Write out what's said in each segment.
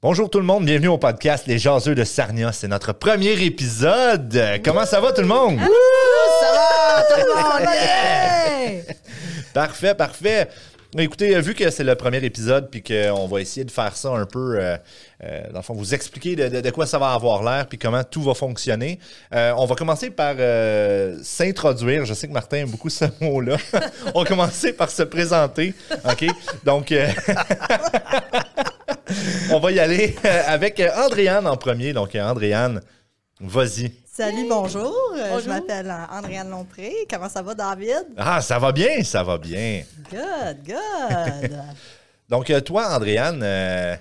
Bonjour tout le monde, bienvenue au podcast Les Jaseux de Sarnia. C'est notre premier épisode. Euh, Comment ça va tout le monde? Parfait, parfait. Écoutez, euh, vu que c'est le premier épisode, puis qu'on va essayer de faire ça un peu, euh, euh, dans le fond, vous expliquer de, de- de quoi ça va avoir l'air, puis comment tout va fonctionner, euh, on va commencer par euh, s'introduire. Je sais que Martin aime beaucoup ce mot-là. on va commencer par se présenter, OK? Donc, euh, on va y aller euh, avec euh, Andréane en premier. Donc, euh, Andréane, vas-y. Salut, bonjour. Euh, Je Bonjour. m'appelle euh, Andréane Lompré. Comment ça va, David? Ah, ça va bien, ça va bien. Good, good. Donc, euh, toi, Andréane, euh,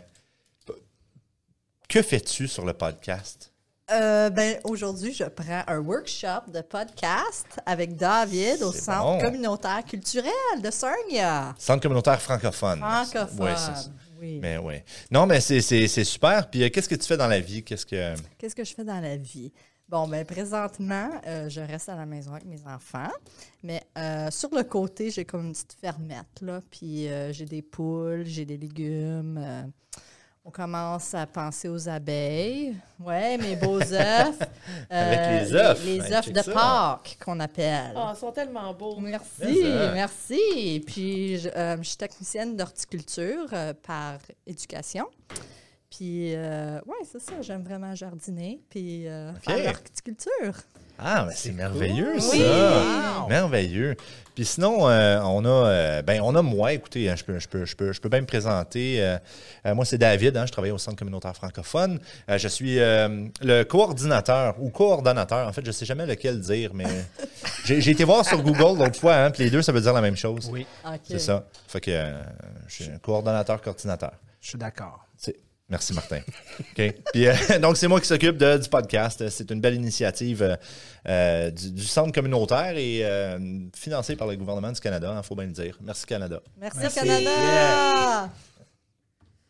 que fais-tu sur le podcast? Euh, ben, aujourd'hui, je prends un workshop de podcast avec David au C'est Centre bon. communautaire culturel de Sarnia. Centre communautaire francophone. Francophone. Ouais, c'est ça. oui. Mais ouais. Non, mais c'est- c'est c'est super. Puis, euh, qu'est-ce que tu fais dans la vie? Qu'est-ce que. Qu'est-ce que je fais dans la vie? Bon, ben présentement, euh, je reste à la maison avec mes enfants, mais euh, sur le côté, j'ai comme une petite fermette, là, puis euh, j'ai des poules, j'ai des légumes. euh, on commence à penser aux abeilles. Ouais, mes beaux œufs. euh, Avec les œufs. Les, les Hey, œufs check de ça. Pâques qu'on appelle. Ah, ils sont tellement beaux. Merci, Mais ça. merci. Puis je, euh, je suis technicienne d'horticulture euh, par éducation. Puis oui, c'est ça, j'aime vraiment jardiner puis euh, faire l'horticulture. Ah, mais c'est merveilleux, cool. ça. Oui. Merveilleux. Puis sinon, euh, on a, euh, ben, on a moi, écoutez, hein, je peux, je peux, je peux, je peux bien me présenter. euh, euh, moi, c'est David, hein, je travaille au Centre communautaire francophone. Euh, je suis euh, le coordinateur ou coordonnateur, en fait, je ne sais jamais lequel dire, mais j'ai j'ai été voir sur Google l'autre fois, hein, puis les deux, ça veut dire la même chose. Oui, OK. C'est ça. Fait que euh, je suis un coordonnateur, coordinateur. je suis d'accord. C'est- Merci, Martin. OK. Puis, euh, donc, c'est moi qui s'occupe de- du podcast. C'est une belle initiative euh, euh, du, du centre communautaire et euh, financée par le gouvernement du Canada, il faut bien le dire. Merci, Canada. Merci, Merci. Canada!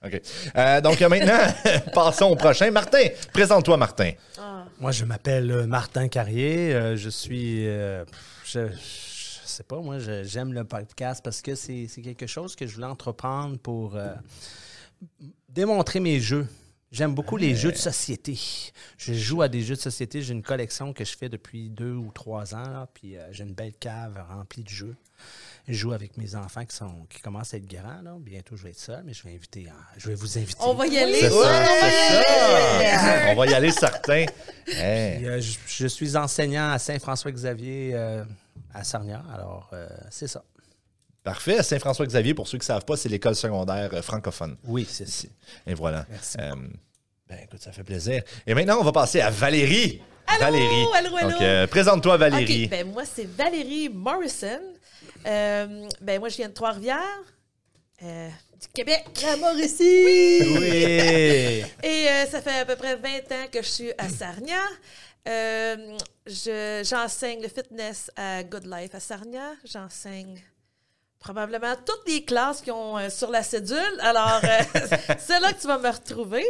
OK. Euh, donc, euh, maintenant, passons au prochain. Martin, présente-toi, Martin. Ah. Moi, je m'appelle euh, Martin Carrier. euh, je suis. euh, pff, je, je sais pas, moi, je- j'aime le podcast parce que c'est c'est quelque chose que je voulais entreprendre pour euh, démontrer mes jeux. J'aime beaucoup les jeux de société. Je joue à des jeux de société. J'ai une collection que je fais depuis deux ou trois ans. là, puis euh, j'ai une belle cave remplie de jeux. Je joue avec mes enfants qui, sont, qui commencent à être grands. là. Bientôt, je vais être seul, mais je vais, inviter, euh, je vais vous inviter. On va y aller. C'est ça, Ouais. c'est ça. On va y aller, certain. Eh, Hey. Puis, euh, je, je suis enseignant à Saint-François-Xavier euh, à Sarnia. Alors, euh, c'est ça. Parfait. Saint-François-Xavier, pour ceux qui ne savent pas, c'est l'école secondaire euh, francophone. Oui, c'est ça. Et voilà. Merci Euh, ben écoute, ça fait plaisir. Et maintenant, on va passer à Valérie. Valérie. allô, allô. Donc, euh, présente-toi, Valérie. OK, ben moi, c'est Valérie Morrison. Euh, ben moi, je viens de Trois-Rivières, euh, du Québec. La Mauricie! ben. Oui! Et euh, ça fait à peu près 20 ans que je suis à Sarnia. Euh, je- J'enseigne le fitness à Good Life à Sarnia. J'enseigne probablement toutes les classes qui ont euh, sur la cédule. Alors, euh, c'est là que tu vas me retrouver.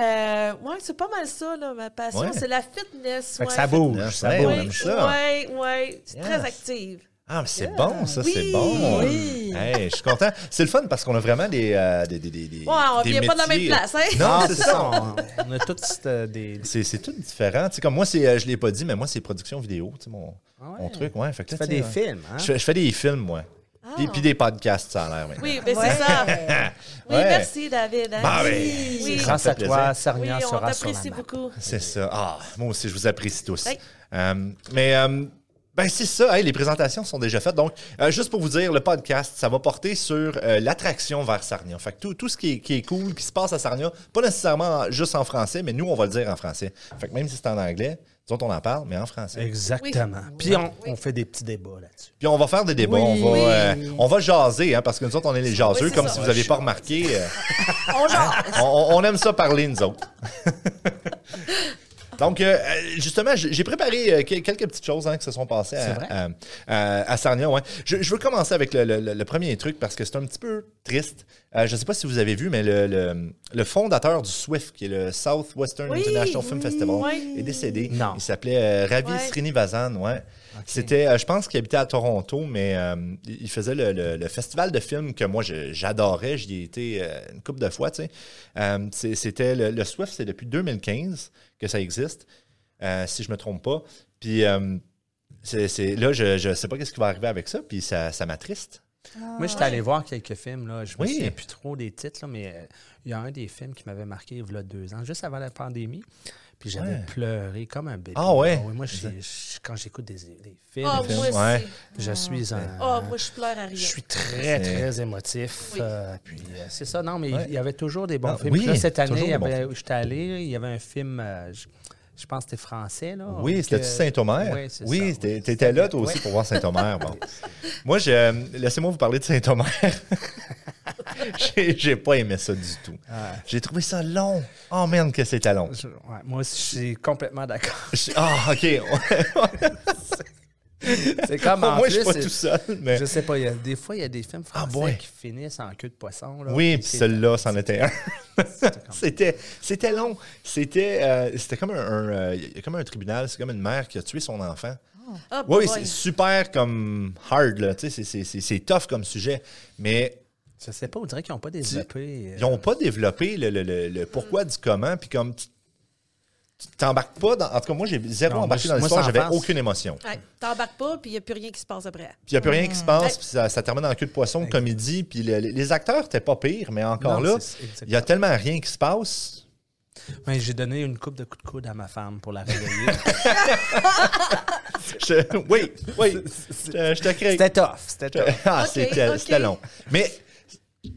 Euh, ouais, c'est pas mal ça, là, ma passion. Ouais. C'est la fitness. Fait que ouais. ça bouge, Ouais, ça ouais. bouge. on aime ça. Oui, oui. Yes. Très active. Ah, mais c'est bon, ça, Oui, c'est bon. oui. Hey, je suis content. C'est le fun parce qu'on a vraiment des. euh, des, des, des- des- Ouais, on des vient pas de la même métiers. place, hein? Non, Ah, c'est ça. On, on a tous euh, des. C'est, c'est tout différent. Tu sais, comme moi, c'est, euh, je ne l'ai pas dit, mais moi, c'est production vidéo, tu sais, mon, Ah ouais. mon truc. Ouais, fait que Tu là, fais tu sais, des ouais. films, hein? Je, fais- je fais des films, moi. Puis, puis des podcasts, ça a l'air. maintenant. Ah. Oui, ben Ouais. c'est ça. Oui, Ouais. merci, David. hein. Bah, ben, oui, Grâce Ça à fait toi, plaisir. oui, Sarnia on sera sur la t'apprécie map. beaucoup. C'est ça. Ah, moi aussi, je vous apprécie tous. Hey. Euh, mais euh, ben c'est ça. Hey, les présentations sont déjà faites. Donc, euh, juste pour vous dire, le podcast, ça va porter sur euh, l'attraction vers Sarnia. Fait que tout, tout ce qui est, qui est cool, qui se passe à Sarnia, pas nécessairement juste en français, mais nous, on va le dire en français. Fait que même si c'est en anglais, nous autres, on en parle, mais en français. Exactement. Puis on, on fait des petits débats là-dessus. Puis on va faire des débats. on, va, Oui. euh, on va jaser, hein, parce que nous autres, on est les jaseux, Oui, c'est comme ça. si vous n'aviez pas remarqué. euh, on, on- on aime ça parler, nous autres. Donc, euh, euh, justement, j'ai j'ai préparé euh, que- quelques petites choses hein, qui se sont passées C'est à, vrai? à, à- à Sarnia. ouais. Je, je veux commencer avec le, le- le- le premier truc parce que c'est un petit peu triste. Euh, je ne sais pas si vous avez vu, mais le, le- le fondateur du SWIFT, qui est le Southwestern Oui, International Film oui, Festival, oui. est décédé. Non. Il s'appelait euh, Ravi Ouais. Srinivasan. Ouais. C'était, euh, je pense qu'il habitait à Toronto, mais euh, il faisait le, le- le festival de films que moi je- j'adorais. J'y ai été euh, une couple de fois. tu sais. Euh, c'est- C'était le, le Swift, c'est depuis 2015 que ça existe, euh, si je me trompe pas. Puis euh, c'est- c'est- là, je ne sais pas qu'est-ce qui va arriver avec ça, puis ça, ça m'attriste. Ah, Moi, j'étais allé voir quelques films. Là. Je ne me Oui. souviens plus trop des titres, là, mais euh, il y a un des films qui m'avait marqué il y a deux ans, juste avant la pandémie. Puis j'avais Ouais. pleuré comme un bébé. Ah ouais? moi, j'ai- je- quand j'écoute des, des films, Ah, films, moi aussi. ouais. je suis un. Ah, moi, je pleure à je rien. suis très, C'est- très émotif. Oui. euh, puis euh, c'est ça, non, mais Ouais. il y avait toujours des bons Ah, films. oui, Puis là, cette toujours année, il y des bons avait- j'étais allé, il y avait un film, euh, je, je pense que c'était français. Là, Oui, c'était-tu Saint-Omer? Oui, Ah, c'est oui, ça, t'é- oui. t'étais là, toi aussi, Ouais. pour voir Saint-Omer. Bon. Moi, je, euh, laissez-moi vous parler de Saint-Omer. j'ai, j'ai pas aimé ça du tout. Ah. J'ai trouvé ça long. Oh merde que c'était long. Je- ouais, moi aussi, je suis complètement d'accord. Je- Ah, OK. C'est comme en Ah, Moi, je suis plus, pas c'est- tout seul, mais... Je sais pas, il y a, des fois, il y a des films Ah, français boy. qui finissent en queue de poisson. Là, Oui, puis c'est- celui-là, c'en était un. c'était, c'était long. C'était, euh, c'était comme un, un, euh, y a comme un tribunal. C'est comme une mère qui a tué son enfant. Ah, Oh, Oui, oui, boy. c'est super comme hard, là. Tu sais, c'est- c'est- c'est- c'est tough comme sujet. Mais Je sais pas, on dirait qu'ils n'ont pas développé. euh, Ils n'ont pas développé le, le- le- le pourquoi du comment, puis comme tu tu t'embarques pas dans. En tout cas, moi, j'ai zéro Non, moi, embarqué je- dans moi, l'histoire, sans j'avais farce. aucune émotion. Puis Ouais, T'embarques pas, puis il n'y a plus rien qui se passe après. il n'y a plus rien qui se passe, puis ça, ça termine en queue de poisson, comédie, puis le- le- les acteurs n'étaient pas pires, mais encore Non, là, c'est- c'est il y a tellement rien qui se passe. Ouais, J'ai donné une coupe de coups de coude à ma femme pour la réveiller. Je- oui, oui, je, je te crée. c'était tough, c'était tough. Ah, Ok, c'était ok. c'était long. Mais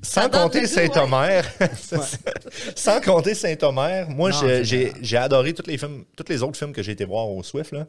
sans donne compter le goût, Saint-Omer, sans compter Saint-Omer, moi, Non, j'ai- c'est j'ai j'ai adoré tous les films, tous les autres films que j'ai été voir au Swift. là.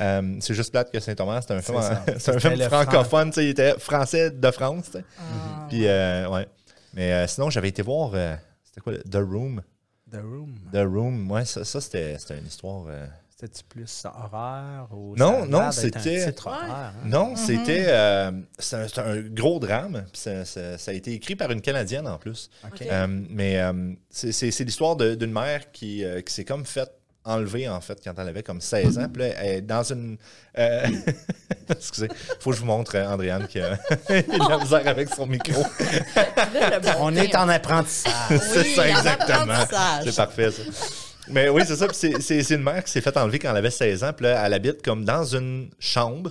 Euh, c'est juste plate que Saint-Omer, c'est un film, ça. en- c'est un C'était film le francophone, tu sais, il était français de France. tu sais. Ah. Puis, euh, ouais. Mais euh, sinon, j'avais été voir, euh, c'était quoi, le- The Room? The Room, The Room, ouais, ça, ça, c'était c'était une histoire... euh, c'était-tu plus horreur ou. Non, ça a non, l'air d'être un c'était- titre horreur, hein? Non, c'était euh, c'est un, c'est un gros drame. puis Ça, ça- ça a été écrit par une Canadienne en plus. Ok. Euh, mais euh, c'est- c'est c'est l'histoire de- d'une mère qui, euh, qui s'est comme faite enlever en fait quand elle avait comme 16 ans. Puis là, elle est dans une. euh, excusez, faut que je vous montre euh, Andréane qui a il a de la misère avec son micro. On est en apprentissage. c'est ça exactement. apprentissage. C'est parfait ça. Mais oui, c'est ça. Puis c'est- C'est c'est une mère qui s'est faite enlever quand elle avait 16 ans. Puis là, elle habite comme dans une chambre.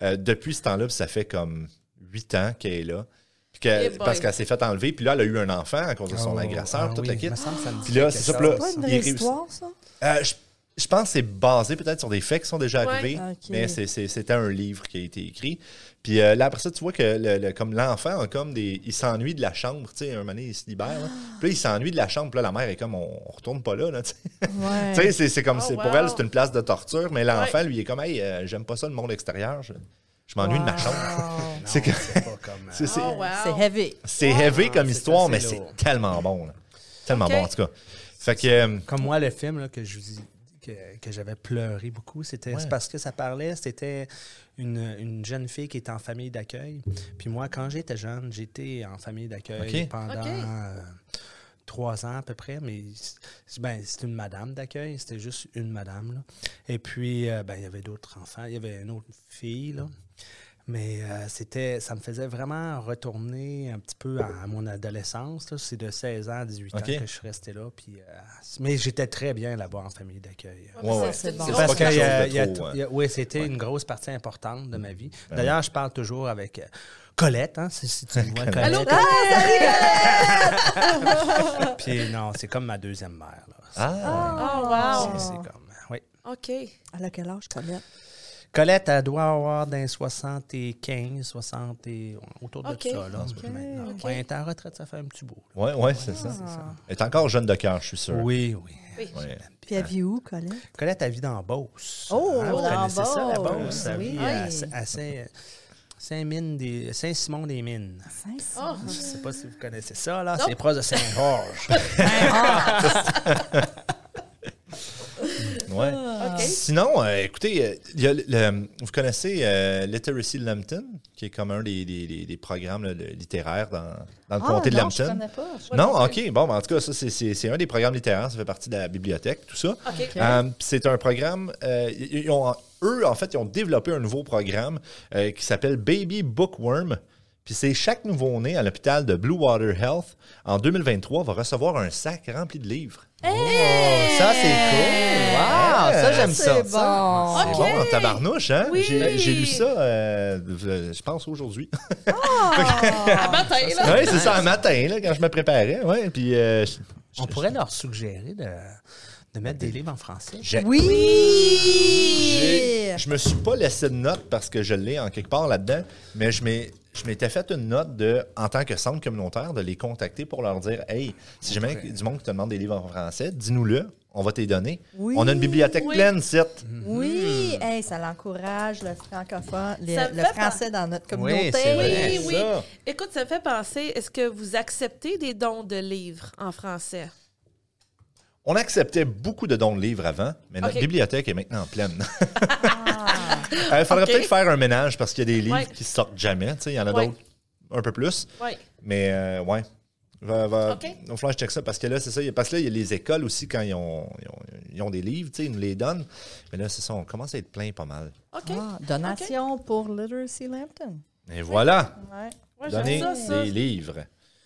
Euh, depuis ce temps-là, puis ça fait comme 8 ans qu'elle est là. Puis qu'elle- Eh boy. parce qu'elle s'est faite enlever. Puis là, elle a eu un enfant à cause de son Oh, agresseur, ah tout oui, le kit. me semble que ça me dit Puis là, quelque c'est ça, chose, puis là, pas une il vraie réussit. histoire, ça? Euh, je, je pense que c'est basé peut-être sur des faits qui sont déjà Ouais. arrivés, Ah, ok. mais c'est- c'est- c'était un livre qui a été écrit. Puis euh, là, après ça, tu vois que le- le- comme l'enfant a comme des. Il s'ennuie de la chambre, tu sais, un moment donné, il se libère. là. Ah. Puis là, il s'ennuie de la chambre, puis là, la mère est comme on, on retourne pas là, là, tu sais. Ouais. Tu sais, c'est- c'est comme Oh, c'est- wow. pour elle, c'est une place de torture, mais l'enfant, lui, il est comme Hey, euh, j'aime pas ça le monde extérieur, je, je m'ennuie de ma chambre. Wow. C'est que- Non, c'est pas comme. euh, C'est- c'est- Oh, wow. C'est heavy. C'est heavy comme c'est histoire, assez mais c'est lourd. tellement bon. là. Tellement Ok. bon, en tout cas. Fait que. euh, Comme moi, le film là, que je vous dis- que, que j'avais pleuré beaucoup, c'était c'est parce que ça parlait, c'était une, une jeune fille qui était en famille d'accueil. Puis moi, quand j'étais jeune, j'étais en famille d'accueil Ok. pendant Ok. euh, trois ans à peu près, mais c'est- ben, c'était une madame d'accueil, c'était juste une madame. là. Et puis, euh, ben, il y avait d'autres enfants, il y avait une autre fille. Là. Mais euh, c'était, ça me faisait vraiment retourner un petit peu à, à mon adolescence. là. C'est de 16 ans à 18 Ok. ans que je suis resté là. Puis, euh, mais j'étais très bien là-bas en famille d'accueil. Ouais, Ah, mais Ouais, ça, ouais. C'est une bon. grosse pas Parce que quelque il y a- chose de il y a trop, Ben tout- hein. il y a- oui, c'était une grosse partie importante de ma vie. D'ailleurs, je parle toujours avec euh, Colette, hein, si, si tu me vois Colette. Allô, Puis non, c'est comme ma deuxième mère. là. C'est- Ah, Oh, C'est comme. euh, Oui. wow. Oh, OK. À la quel âge, Colette? Colette, elle doit avoir dans les 75, 60 et autour de Ok. ça. Là, maintenant. ok. Ouais, elle est en retraite, ça fait un petit bout. là. ouais, ouais, c'est ça. Ah. Elle est encore jeune de cœur, je suis sûr. Oui, oui. Oui. Ouais. Puis elle vit où, Colette? Colette, elle vit dans Beauce. Hein, Oh, vous dans connaissez ça, la Beauce, Beauce. Elle oui. vit à, à Saint- Saint-Mine-des- Saint-Simon-des-Mines. Ah. Saint-Simon. Je ne sais pas si vous connaissez ça, là. Non. C'est proche de Saint-Georges. Ouais. Ah, OK. Sinon, euh, écoutez, euh, il y a le- le- vous connaissez euh, Literacy Lambton, qui est comme un des, des- des- des programmes là, de- littéraires dans, dans le comté de Ah, non, je Lambton. connais pas. Je- Non, OK. Bon, ben, en tout cas, ça, c'est- c'est c'est un des programmes littéraires. Ça fait partie de la bibliothèque, tout ça. OK. Ok. Euh, puis c'est un programme. euh, ils- ils ont- eux, en fait, ils ont développé un nouveau programme euh, qui s'appelle Baby Bookworm. Puis c'est chaque nouveau-né à l'hôpital de Blue Water Health en 2023 va recevoir un sac rempli de livres. Oh, ça, c'est cool. Wow, Ah, ça, j'aime c'est ça. bon. ça. C'est Ok. Ah, bon, en tabarnouche, hein? Oui. J'ai j'ai lu ça, euh, euh, je pense, aujourd'hui. À matin, Ah, là. oui, c'est ça, un matin, là, quand je me préparais. Ouais, puis, euh, je- On pourrait leur suggérer de, de mettre des livres en français. j'ai- Oui! J'ai- Je me suis pas laissé de note parce que je l'ai en quelque part là-dedans, mais je m'ai- je m'étais fait une note de, en tant que centre communautaire, de les contacter pour leur dire Hey, si jamais du monde qui te demande des livres en français, dis-nous-le, on va te les donner. Oui. On a une bibliothèque Oui. pleine, certes. Oui, Hmm. Hey, ça l'encourage le francophone, les- Ça me le fait français dans notre Oui, communauté. c'est vrai. Oui, Ouais, oui. ça. Écoute, ça me fait penser, est-ce que vous acceptez des dons de livres en français? On acceptait beaucoup de dons de livres avant, mais notre Ok. bibliothèque est maintenant pleine. Euh, Il faudrait Ok. peut-être faire un ménage parce qu'il y a des livres Ouais. qui sortent jamais. tu sais, Il y en a Ouais. d'autres un peu plus. Oui. Mais euh, ouais. Va, va, OK. Il va falloir que je check ça parce que là, c'est ça. il y a- Parce que là, il y a les écoles aussi quand ils ont, ils ont, ils ont des livres, tu sais, ils nous les donnent. Mais là, c'est ça, on commence à être plein pas mal. OK. Ah, donation pour Literacy Lambton. Et voilà, Ouais. Ouais, donner j'aime ça, ça. des livres.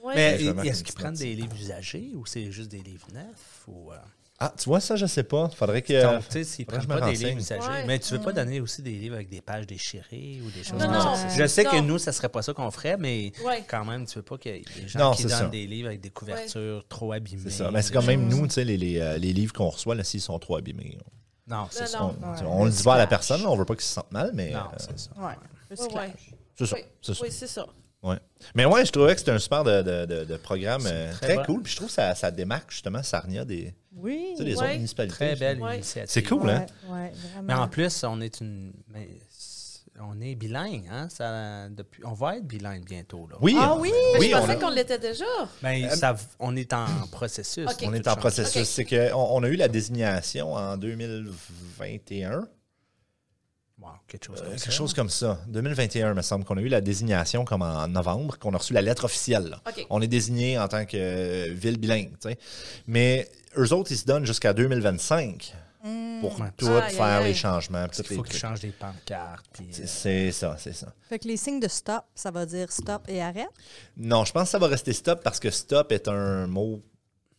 Ouais. Mais je vais mettre est-ce une qu'ils petite prennent note. des livres usagés ou c'est juste des livres neufs? Ou, euh, Ah, tu vois ça, je sais pas. Faudrait que. donc, tu sais, euh, s'ils faudrait que prennent je pas me des livres renseigne. usagés, Ouais. mais tu veux pas donner aussi des livres avec des pages déchirées ou des choses Non, comme non, ça. c'est- Je sais que non. nous, ça serait pas ça qu'on ferait, mais Ouais. quand même, tu veux pas qu'il y ait des gens Non, qui c'est donnent ça. des livres avec des couvertures trop abîmées. C'est ça. Mais c'est des quand même choses- nous, tu sais, les, les, euh, les livres qu'on reçoit, là, s'ils sont trop abîmés. Non, c'est Non, ça. On, non. tu sais, on le dit pas à la personne, on veut pas qu'ils se sentent mal, mais. Non, euh, c'est ça. Ouais. Recyclage. c'est ça. Oui, c'est ça. oui, c'est ça. Ouais. Mais ouais, je trouvais que c'était un super de, de- de- de programme euh, très très, bon. cool. Puis je trouve que ça, ça démarque justement Sarnia des, Oui. tu sais, des Ouais. autres municipalités. Très belle Ouais. initiative. C'est cool, hein? Ouais, ouais, vraiment. Mais en plus, on est une. mais c'est- on est bilingue, hein? Ça, depuis, on va être bilingue bientôt. Là. Oui. Ah oui? Mais Oui, je on, pensais a- qu'on l'était déjà. Ben, ça v- on est en processus. Ok. on toute est en chance. processus. Ok. C'est que on, on a eu la désignation en 2021. Wow, quelque chose euh, comme ça. quelque chose comme ça. 2021, il me semble qu'on a eu la désignation comme en novembre, qu'on a reçu la lettre officielle. là. Ok. On est désigné en tant que euh, ville bilingue. tu sais. Mais eux autres, ils se donnent jusqu'à 2025 pour Ouais. tout Hmm. Aïe, faire aïe, aïe. les changements. puis Parce tous qu'il faut les qu'ils trucs. changent des pancartes. puis, euh, C'est ça, c'est ça. Fait que les signes de stop, ça va dire stop et arrête. Non, je pense que ça va rester stop parce que stop est un mot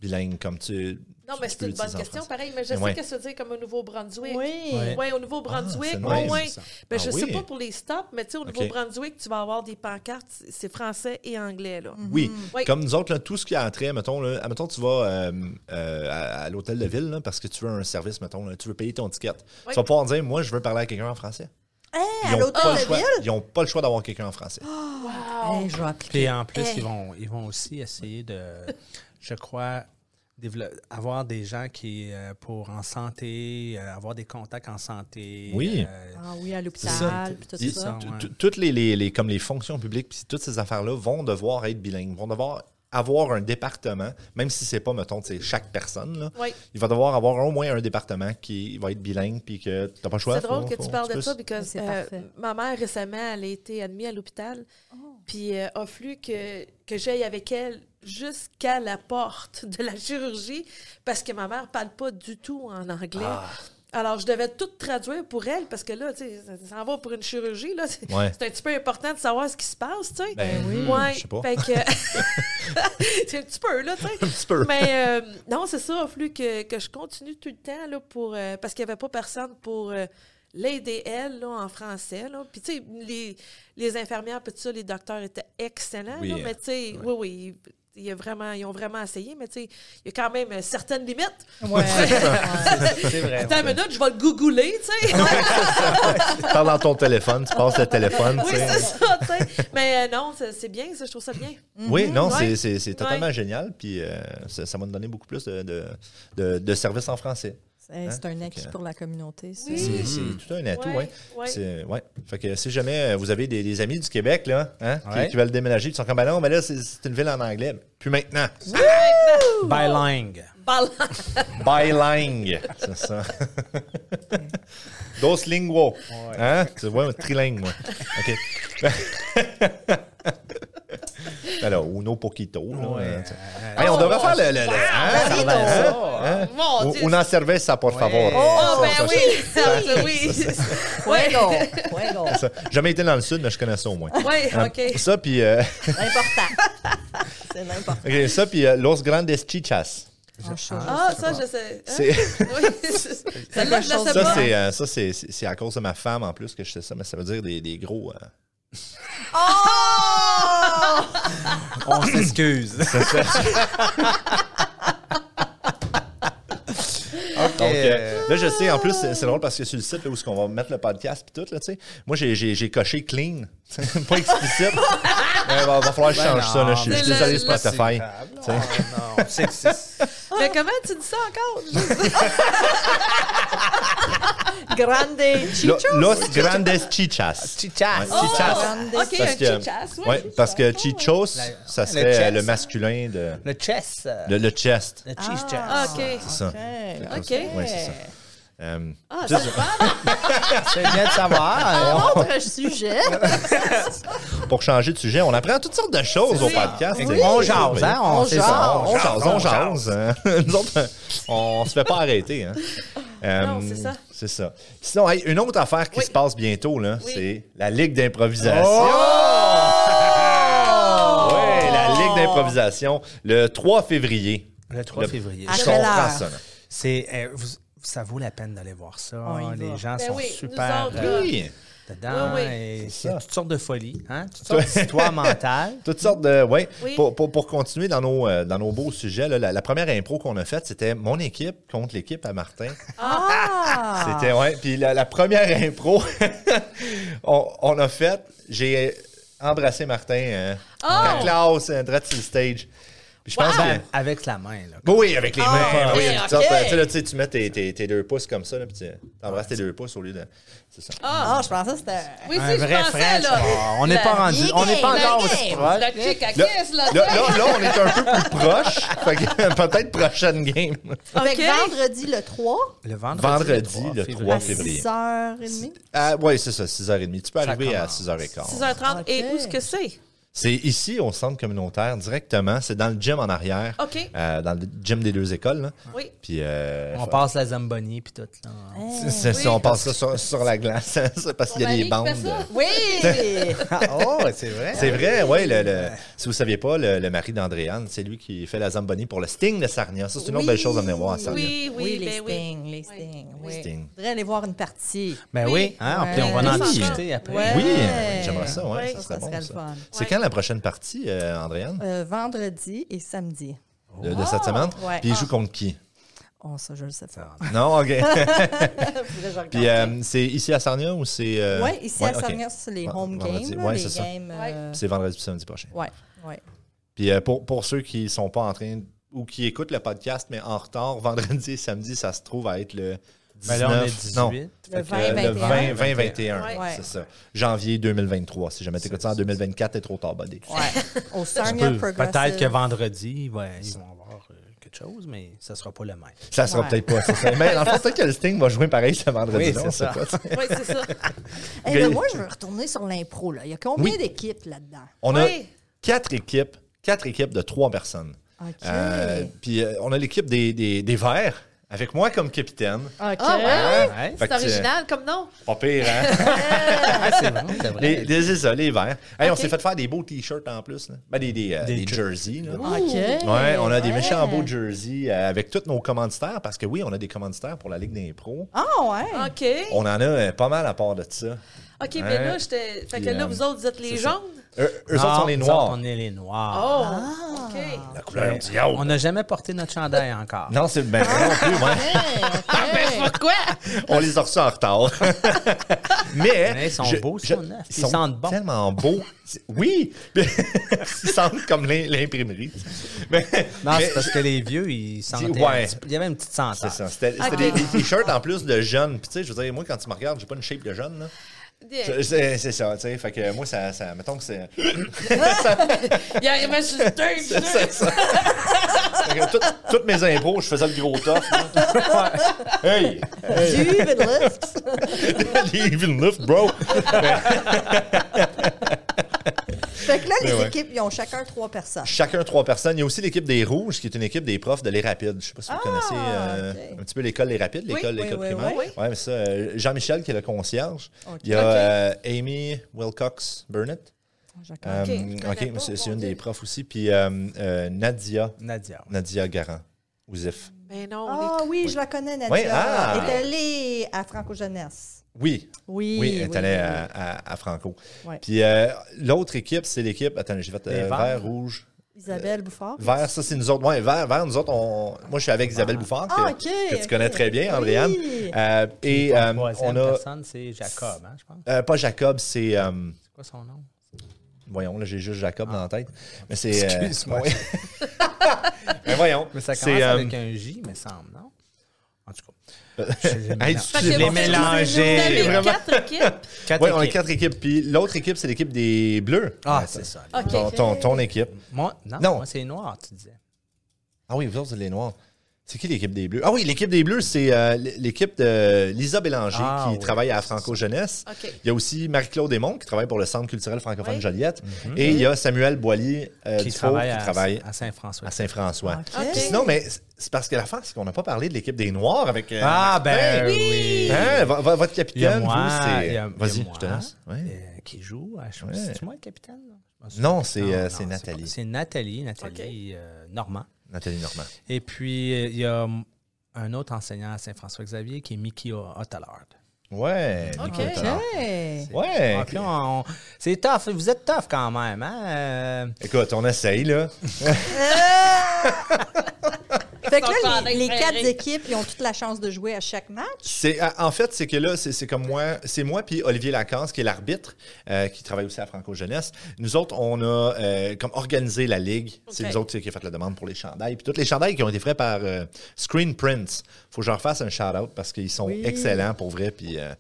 bilingue comme tu. Non, tu- mais tu c'est peux une bonne l'utiliser en question, français. pareil. Mais je Mais sais ouais. que ça veut dire comme au Nouveau-Brunswick. Ouais. Oui, au Nouveau-Brunswick, Ah, au c'est nice, moins. ça. Ben, Ah je sais oui. pas pour les stops, mais tu sais, au Nouveau-Brunswick, tu vas avoir des pancartes, c'est français et anglais, là. Oui. Oui. Comme nous autres, là, tout ce qui a trait, mettons, là, admettons, tu vas euh, euh, à, à l'hôtel de ville là, parce que tu veux un service, mettons, là, tu veux payer ton ticket. Oui. Tu vas pouvoir dire, moi, je veux parler à quelqu'un en français. Hey, Ils à n'ont l'hôtel pas, le de choix- ville. ils ont pas le choix d'avoir quelqu'un en français. Ah, Hey, je vais appliquer. Puis en plus, Hey. ils, vont, ils vont aussi essayer de, je crois, dévelop- avoir des gens qui, euh, pour en santé, euh, avoir des contacts en santé. Oui. euh, Ah oui, à C'est ça. l'hôpital, puis tout Ils- ça. t- ouais. t- Toutes les, les- les- comme les fonctions publiques, puis toutes ces affaires-là vont devoir être bilingues, vont devoir avoir un département, même si c'est pas, mettons, tu sais, chaque personne, là. Oui. il va devoir avoir au moins un département qui va être bilingue, puis que t'as pas le choix. C'est drôle faut- que tu faut- parles de peux- ça, parce que C'est parfait. Oh. ma mère, récemment, elle a été admise à l'hôpital, puis euh, a fallu que, que j'aille avec elle jusqu'à la porte de la chirurgie, parce que ma mère parle pas du tout en anglais. Ah. Alors, je devais tout traduire pour elle, parce que là, tu sais, ça- ça en va pour une chirurgie, là. C'est Ouais. c'est un petit peu important de savoir ce qui se passe, tu sais. Ben oui, Ouais, je sais pas. fait que- c'est un petit peu, là, tu sais. Un petit peu. Mais euh, non, c'est ça, il a fallu que, que je continue tout le temps là, pour, euh, parce qu'il n'y avait pas personne pour euh, l'aider, elle, là, en français. Là. Puis, tu sais, les, les infirmières, puis tout ça, les docteurs étaient excellents. Oui, là, euh, mais, tu sais, oui, oui, il y a vraiment, ils ont vraiment essayé, mais, tu sais, il y a quand même euh, certaines limites. Ouais. Ouais. C'est vrai. Attends une minute, je vais le googler, tu sais. Parle dans ton téléphone, tu passes le téléphone. oui, tu sais. c'est ça, tu sais. Mais euh, non, c'est c'est bien, ça, je trouve ça bien. Oui, non, Mhm, Ouais. c'est- c'est c'est totalement Ouais. génial. Puis euh, ça ça m'a donné beaucoup plus de, de, de- de services en français. Hey, C'est un acquis Hein? que- pour la communauté, ça. Oui. C'est c'est tout un atout, oui. Ouais, ouais. C'est- ouais. Fait que si jamais euh, vous avez des, des amis du Québec là, hein, qui- Ouais. qui, veulent déménager, ils sont comme ben non, mais là, c'est c'est une ville en anglais. Puis maintenant. Bilingue. Ballon. Bilingue, c'est ça. Dos linguo. Hein? Tu vois, trilingue, moi. OK. Alors, uno poquito. là, hein, tu sais. Euh, Hey, on devrait faire le. le- le- hein? Barilo. Hein? Oh, Mon Dieu. Un- Una cerveza, por favor. Oh, Ça, ben ça, oui, ça, oui. Ouais. Fuego, fuego. ça. Jamais été dans le sud, mais je connais ça au moins. Oui, Hein, OK. Ça, puis euh, L'important. C'est l'important. ok, ça, puis euh, Los Grandes Chichas. On change. Ah, ça, je sais. Hein? C'est- Oui, c'est- celle-là, je la sais Ça, pas. c'est euh, ça, c'est- c'est c'est à cause de ma femme en plus que je sais ça, mais ça veut dire des, des gros. euh, On s'excuse. OK. Donc, euh, là, je sais, en plus, c'est c'est drôle parce que sur le site là, où on va mettre le podcast puis tout, là, tu sais, moi, j'ai- j'ai j'ai coché clean, pas explicite. Il va, va falloir que je Ben change ça. Là. Je suis je non, suis mais désolé, là, Spotify. C'est non, non, c'est- c'est- Mais comment tu dis ça encore? Je sais Grande Lo- Los Grandes Chichas. Chichas. Ouais, pas. chichas. Grande. OK, un Parce que, chichas, oui. ouais, parce que chichos, ça serait euh, chest. le masculin de, Le chess. euh, de- le chest. Le cheese chess. Ah, OK. C'est ça. OK. OK. Ouais, c'est ça. Euh, Ah, juste- ça va. C'est bien de savoir. Autre sujet. pour changer de sujet, on apprend toutes sortes de choses au podcast. Oui. On jase, hein? On, On c'est jase, ça, on jase, on jase. hein. Nous autres, euh, on se fait pas arrêter. hein. Euh, Non, c'est ça. C'est ça. Sinon, hey, une autre affaire qui Oui. se passe bientôt, là, Oui. c'est la Ligue d'improvisation. Oh! Ouais, la Ligue d'improvisation, le 3 février. Le 3 février. À Je quelle comprends heure? ça, là. C'est, euh, vous- ça vaut la peine d'aller voir ça. On y Les va. gens Ben sont oui, nous super autres, euh, Oui. dedans. Oui, oui. et C'est il y a ça. toutes sortes de folies, hein? toutes sortes d'histoires mentales. Toutes sortes de. Ouais. Oui. Pour, pour- pour continuer dans nos, euh, dans nos beaux sujets, là, la, la première impro qu'on a faite, c'était mon équipe contre l'équipe à Martin. Ah! C'était, ouais. Puis la, la première impro, on, on a fait, j'ai embrassé Martin, hein, Oh! la classe, hein, direct sur le stage. Puis je pense Ben, que. Avec la main. Là. Oui, oui, avec les Ah, mains. ok, oui, il y a ok. toutes sortes, euh, tu sais, là, tu sais, tu mets tes, tes- tes deux pouces comme ça, là, puis tu embrasses tes deux pouces au lieu de. C'est ça. Ah, je pensais que c'était. Oui, Un si, je vrai pensais, frère. là. Ah, On n'est pas La- rendu. On n'est pas la encore game, aussi proche. Le kick à Là, kiss, là, là. là, là, on est un peu plus proche. Fait que euh, peut-être prochaine game. Fait que OK. vendredi le 3 Le vendredi, Vendredi, le 3 à février. 6h30. Ah, oui, c'est ça, 6h30. Tu peux Ça arriver à commence. 6h15. 6h30. Et OK. où est-ce que c'est? C'est ici au centre communautaire directement. C'est dans le gym en arrière. OK. Euh, dans le gym des deux écoles. là. Oui. Puis euh, On passe la Zamboni puis tout. là. Ah, c'est- c'est- c'est- on passe ça sur, sur la glace ça, parce qu'il y a des bandes. Oui! oh, c'est vrai. C'est vrai, oui. Le, le- si vous ne saviez pas, le, le mari d'Andréane, c'est lui qui fait la Zamboni pour le Sting de Sarnia. Ça, c'est une autre belle chose à venir voir à Sarnia. Oui, oui, Oui, ben les oui. stings, les Les stings. Oui. stings. Je voudrais aller voir une partie. Ben Oui. oui, hein, Ouais. puis on va en Oui. discuter après. Ouais. Oui, Ouais. j'aimerais ça, ouais, Ouais, ça, serait Ça, ça bon. serait le ça. fun. C'est quand la prochaine partie, euh, Andréane, Euh, vendredi et samedi. de, de cette semaine? Ouais. Puis il joue contre qui? Oh, ça, je le sais pas. Non, OK. Puis Puis, euh, c'est ici à Sarnia ou c'est... euh, oui, ici ouais, à OK. Sarnia, c'est les Ouais, home vendredi. games. là, Ouais, les c'est ça. games. euh, C'est vendredi puis samedi prochain. Ouais, ouais. Puis euh, pour, pour ceux qui sont pas en train ou qui écoutent le podcast, mais en retard, vendredi et samedi, ça se trouve à être le 19. Ben là, on est non, 18. Le fait que, euh, 20-21. le 20, 20, 21, Ouais. c'est ça. Janvier 2023. Si jamais t'écoutes ça en 2024, t'es trop tard, buddy. Ouais. Au On Sarnia peut- Peut-être Progressive. que vendredi, ouais, ils vont avoir euh, quelque chose, mais ça sera pas le même. Ça sera Ouais. peut-être pas. c'est ça. Mais en fait, peut-être que le Sting va jouer pareil ce vendredi. Oui, non, c'est on sait ça. pas, tu sais. Oui, c'est ça. Eh ben, moi, je veux retourner sur l'impro. là. Il y a combien Oui. d'équipes là-dedans? On a Oui. quatre équipes, quatre équipes de trois personnes. OK. Euh, puis euh, on a l'équipe des, des, des Verts, avec moi comme capitaine. OK. Ah, ouais? Ouais. Fait C'est que, original comme nom. euh, Pas pire, hein? Ah, c'est vrai, c'est vrai. Les, les- c'est ça, les verts. Hey, On Ok. s'est fait faire des beaux t-shirts en plus. Là. Ben, des, des, euh, Des Ah, des jer- jerseys. là. OK. Ouais, on a des Ouais. méchants beaux jerseys euh, avec tous nos commanditaires parce que oui, on a des commanditaires pour la Ligue des Pros. Ah, ouais. OK. On en a euh, pas mal à part de ça. OK, Ouais. ben là, j'étais. Fait que Puis, là, euh, vous autres, vous êtes les c'est ça. jaunes. Eux, eux autres sont les nous noirs. autres, on est les noirs. Oh, OK. La couleur du diable. On n'a jamais porté notre chandail encore. Non, c'est ben, non plus, moi. Ah, Ben, Pourquoi? On les a reçus en retard. Mais, Mais ils sont beaux, ils sont neufs, Ils ils sont sentent bon. tellement beaux. C'est- Oui! ils sentent comme l'im- l'imprimerie. Mais, Non, mais- c'est parce que les vieux, ils sentaient. Ouais. un petit peu- Il y avait une petite c'est senteur. ça. C'était c'était Ok. des, des t-shirts en plus de jeunes. Puis tu sais, je veux dire, moi, quand tu me regardes, j'ai pas une shape de jeune. là. Je- C'est c'est ça, tu sais. Fait que moi, ça, ça mettons que c'est. Il arrivait sur le tape. C'est ça. toutes- toutes mes impôts, je faisais le gros top. Hey! Do you even lift? Even lift, bro! Fait que là, les Mais Ben ouais. équipes, ils ont chacun trois personnes. Chacun trois personnes. Il y a aussi l'équipe des Rouges, qui est une équipe des profs de Les Rapides. Je ne sais pas si vous connaissez euh, Ah, ok. un petit peu l'école Les Rapides, l'école oui, l'école oui, primaire. oui. Ouais, mais ça, euh, Jean-Michel, qui est le concierge. Ok. Il y a euh, Amy Wilcox Burnett. Chacun. Euh, je connais ok, pas, mais c'est c'est mon une Dieu. des profs aussi. Puis euh, euh, Nadia, Nadia. Nadia Garant, Ouzif. Mais Ben non, on Ah est- oui, je la connais, Nadia. Oui, ah. Elle est allée à Franco-Jeunesse. Oui, Oui, oui, elle est allée oui. à, à- à Franco. Ouais. Puis euh, l'autre équipe, c'est l'équipe. Attendez, j'ai fait Les euh, Verts. vert, rouge. Isabelle Bouffard. Vert, ça, c'est nous autres. Ouais, vert, vert, nous autres, on... moi, je suis avec Isabelle Bouffard, que, Ah, ok, que tu ok. connais très bien, Andréane. Oui. Euh, et euh, on a. personne, c'est Jacob, hein, je pense. euh, pas Jacob, c'est. euh, C'est quoi son nom? voyons, là, j'ai juste Jacob dans la tête. Mais c'est. euh, Excuse-moi. ouais. mais voyons. Mais ça commence c'est. euh, avec un J, me semble, non? En tout cas. hey, Fait que Je l'ai vous- mélangé, Vous avez vraiment. quatre équipes. ouais, on a quatre équipes. Puis l'autre équipe, c'est l'équipe des Bleus. Ah, Ouais, c'est ça. OK. Ton, ton- ton équipe. Moi, non, Non. moi, c'est noir, tu disais. Ah oui, vous autres, c'est les Noirs. C'est qui l'équipe des Bleus? Ah oui, l'équipe des Bleus, c'est euh, l- l'équipe de Lisa Bélanger Ah, qui oui. travaille à Franco Jeunesse. OK. Il y a aussi Marie-Claude Desmonts qui travaille pour le Centre culturel francophone Oui. Joliette. Et il y a Samuel Boilier euh, Mhm. Qui Dufault, travaille, à, qui travaille à Saint-François. à Saint-François. Ok. Puis Sinon, mais c- c'est parce que l'affaire, c'est qu'on n'a pas parlé de l'équipe des Noirs avec. euh, Ah, ben Martin. oui! Hein, vo- vo- votre Il y a capitaine, moi, vous, il y a- c'est. il y a Vas-y, moi, je te laisse. Ouais. euh, qui joue. à- je- Ouais. C'est-tu moi le capitaine? là? Je m'en souviens Non, plus. c'est, euh, c'est pas- Nathalie. C'est Nathalie, Nathalie euh, Normand. Nathalie Normand. Et puis, euh, il y a mm, un autre enseignant à Saint-François-Xavier qui est Mickey O- Ottelard. Ouais. Ok. Nicolas Tallard. OK. Ouais. Ah, puis on- on- c'est tough. Vous êtes tough quand même. Hein? Euh, Écoute, on essaye, là. Euh! Fait que Ils sont là, pas en les, train les de quatre ferrer. équipes, ils ont toute la chance de jouer à chaque match. C'est, à- en fait, c'est que là, c'est, c'est comme moi, c'est moi puis Olivier Lacasse, qui est l'arbitre, euh, qui travaille aussi à Franco Jeunesse. Nous autres, on a euh, comme organisé la ligue. C'est Ok. nous autres tu sais, qui avons fait la demande pour les chandails. Puis toutes les chandails qui ont été faits par euh, Screen Prints. Faut que je leur fasse un shout-out parce qu'ils sont Oui. excellents pour vrai. Puis, euh,